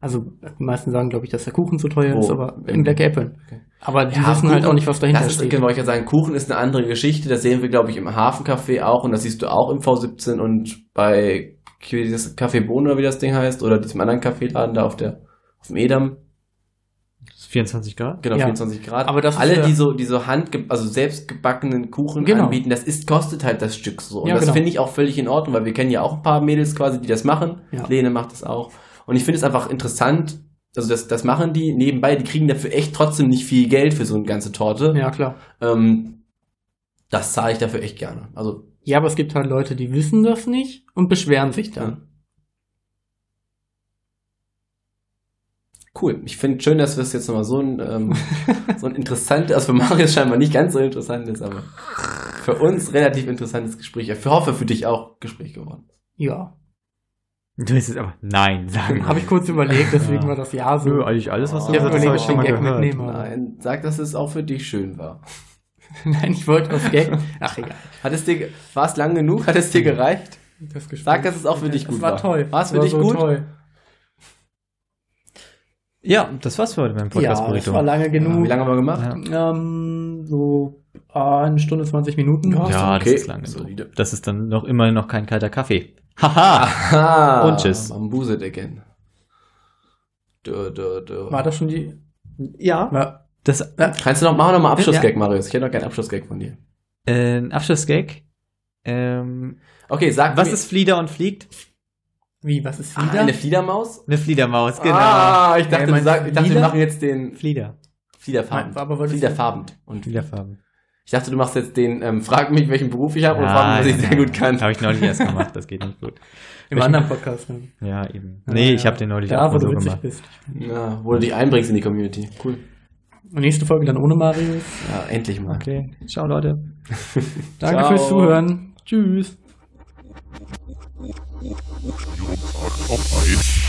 Also die meisten sagen, glaube ich, dass der Kuchen zu teuer Wo? ist, aber Im- im Black Apron. Oh, Okay. Aber die Ja, wissen halt Kuchen, auch nicht, was dahinter Das ist, steht. genau, ich kann sagen, Kuchen ist eine andere Geschichte. Das sehen wir, glaube ich, im Hafencafé auch und das siehst du auch im V17 und bei dieses Café Bohnen oder wie das Ding heißt oder diesem anderen Kaffeeladen da auf der auf dem Edam, Das ist 24 Grad. genau Ja. 24 Grad. Aber das ist alle ja- die so die so handge also selbstgebackenen Kuchen Genau. anbieten, das ist kostet halt das Stück so und Ja, das genau. finde ich auch völlig in Ordnung, weil wir kennen ja auch ein paar Mädels quasi, die das machen. Ja. Lene macht das auch und ich finde es einfach interessant, also das das machen die nebenbei, die kriegen dafür echt trotzdem nicht viel Geld für so eine ganze Torte. Ja, klar. Ähm, das zahle ich dafür echt gerne. Also, Ja, aber es gibt halt Leute, die wissen das nicht und beschweren sich dann. ja. Cool. Ich finde schön, dass wir es jetzt nochmal so ein, ähm, so ein interessantes, also für Marius scheinbar nicht ganz so interessant ist, aber für uns relativ interessantes Gespräch. Ich hoffe, für dich auch Gespräch geworden. Ja, Du willst jetzt aber Nein sagen. habe ich kurz überlegt, deswegen Ja. war das Ja so. Nö, eigentlich alles, was du Ich hab gesagt hast, überlegt, habe ich schon mal ob ich den Gag gehört. mitnehme. Ja. Nein, sag, dass es auch für dich schön war. Nein, ich wollte was Gag. Ach egal. Hat es dir, ge- war es lang genug? Hat es Mhm. dir gereicht? Das Gespräch. Sag, dass es auch für dich gut Es war war. toll. War es für dich so gut? Toll. Ja, das war's für heute mit dem Ja, Podcast das Burrito. war lange Ja, genug. wie lange haben wir gemacht? Ja. Ähm, so ah, eine Stunde 20 Minuten. Ja, okay. das ist lange Solide. so. Das ist dann noch immerhin noch kein kalter Kaffee. Haha! Aha, Und tschüss. Man buset again. Du, du, du. War das schon die? Ja. War, äh, Das Kannst du noch, machen wir nochmal Abschlussgag, Marius. Ich hätte noch keinen Abschlussgag von dir. äh, ein Abschlussgag. Ähm, Okay, sag was mir- ist Flieder und fliegt? wie, was ist ah, wieder? eine Fliedermaus? Eine Fliedermaus, genau. Ah, ich dachte, Ja, mein du sag, ich dachte wir Flieder- machen jetzt den Flieder. Fliederfarben. Aber wolltest du- Fliederfarben. Und Fliederfarben. ich dachte, du machst jetzt den, ähm, frag mich, welchen Beruf ich habe und frag mich, was ich sehr gut kann. Habe ich neulich erst gemacht, das geht nicht gut. Im anderen Podcast. Ne? Ja, eben. Ja, Nee, ich ja. habe den neulich Da, auch wo mal du so witzig gemacht. bist. Ja, wo du dich einbringst in die Community. Cool. Und nächste Folge dann ohne Marius. Ja, endlich mal. Okay, ciao Leute. Danke Ciao. fürs Zuhören. Tschüss. Eis.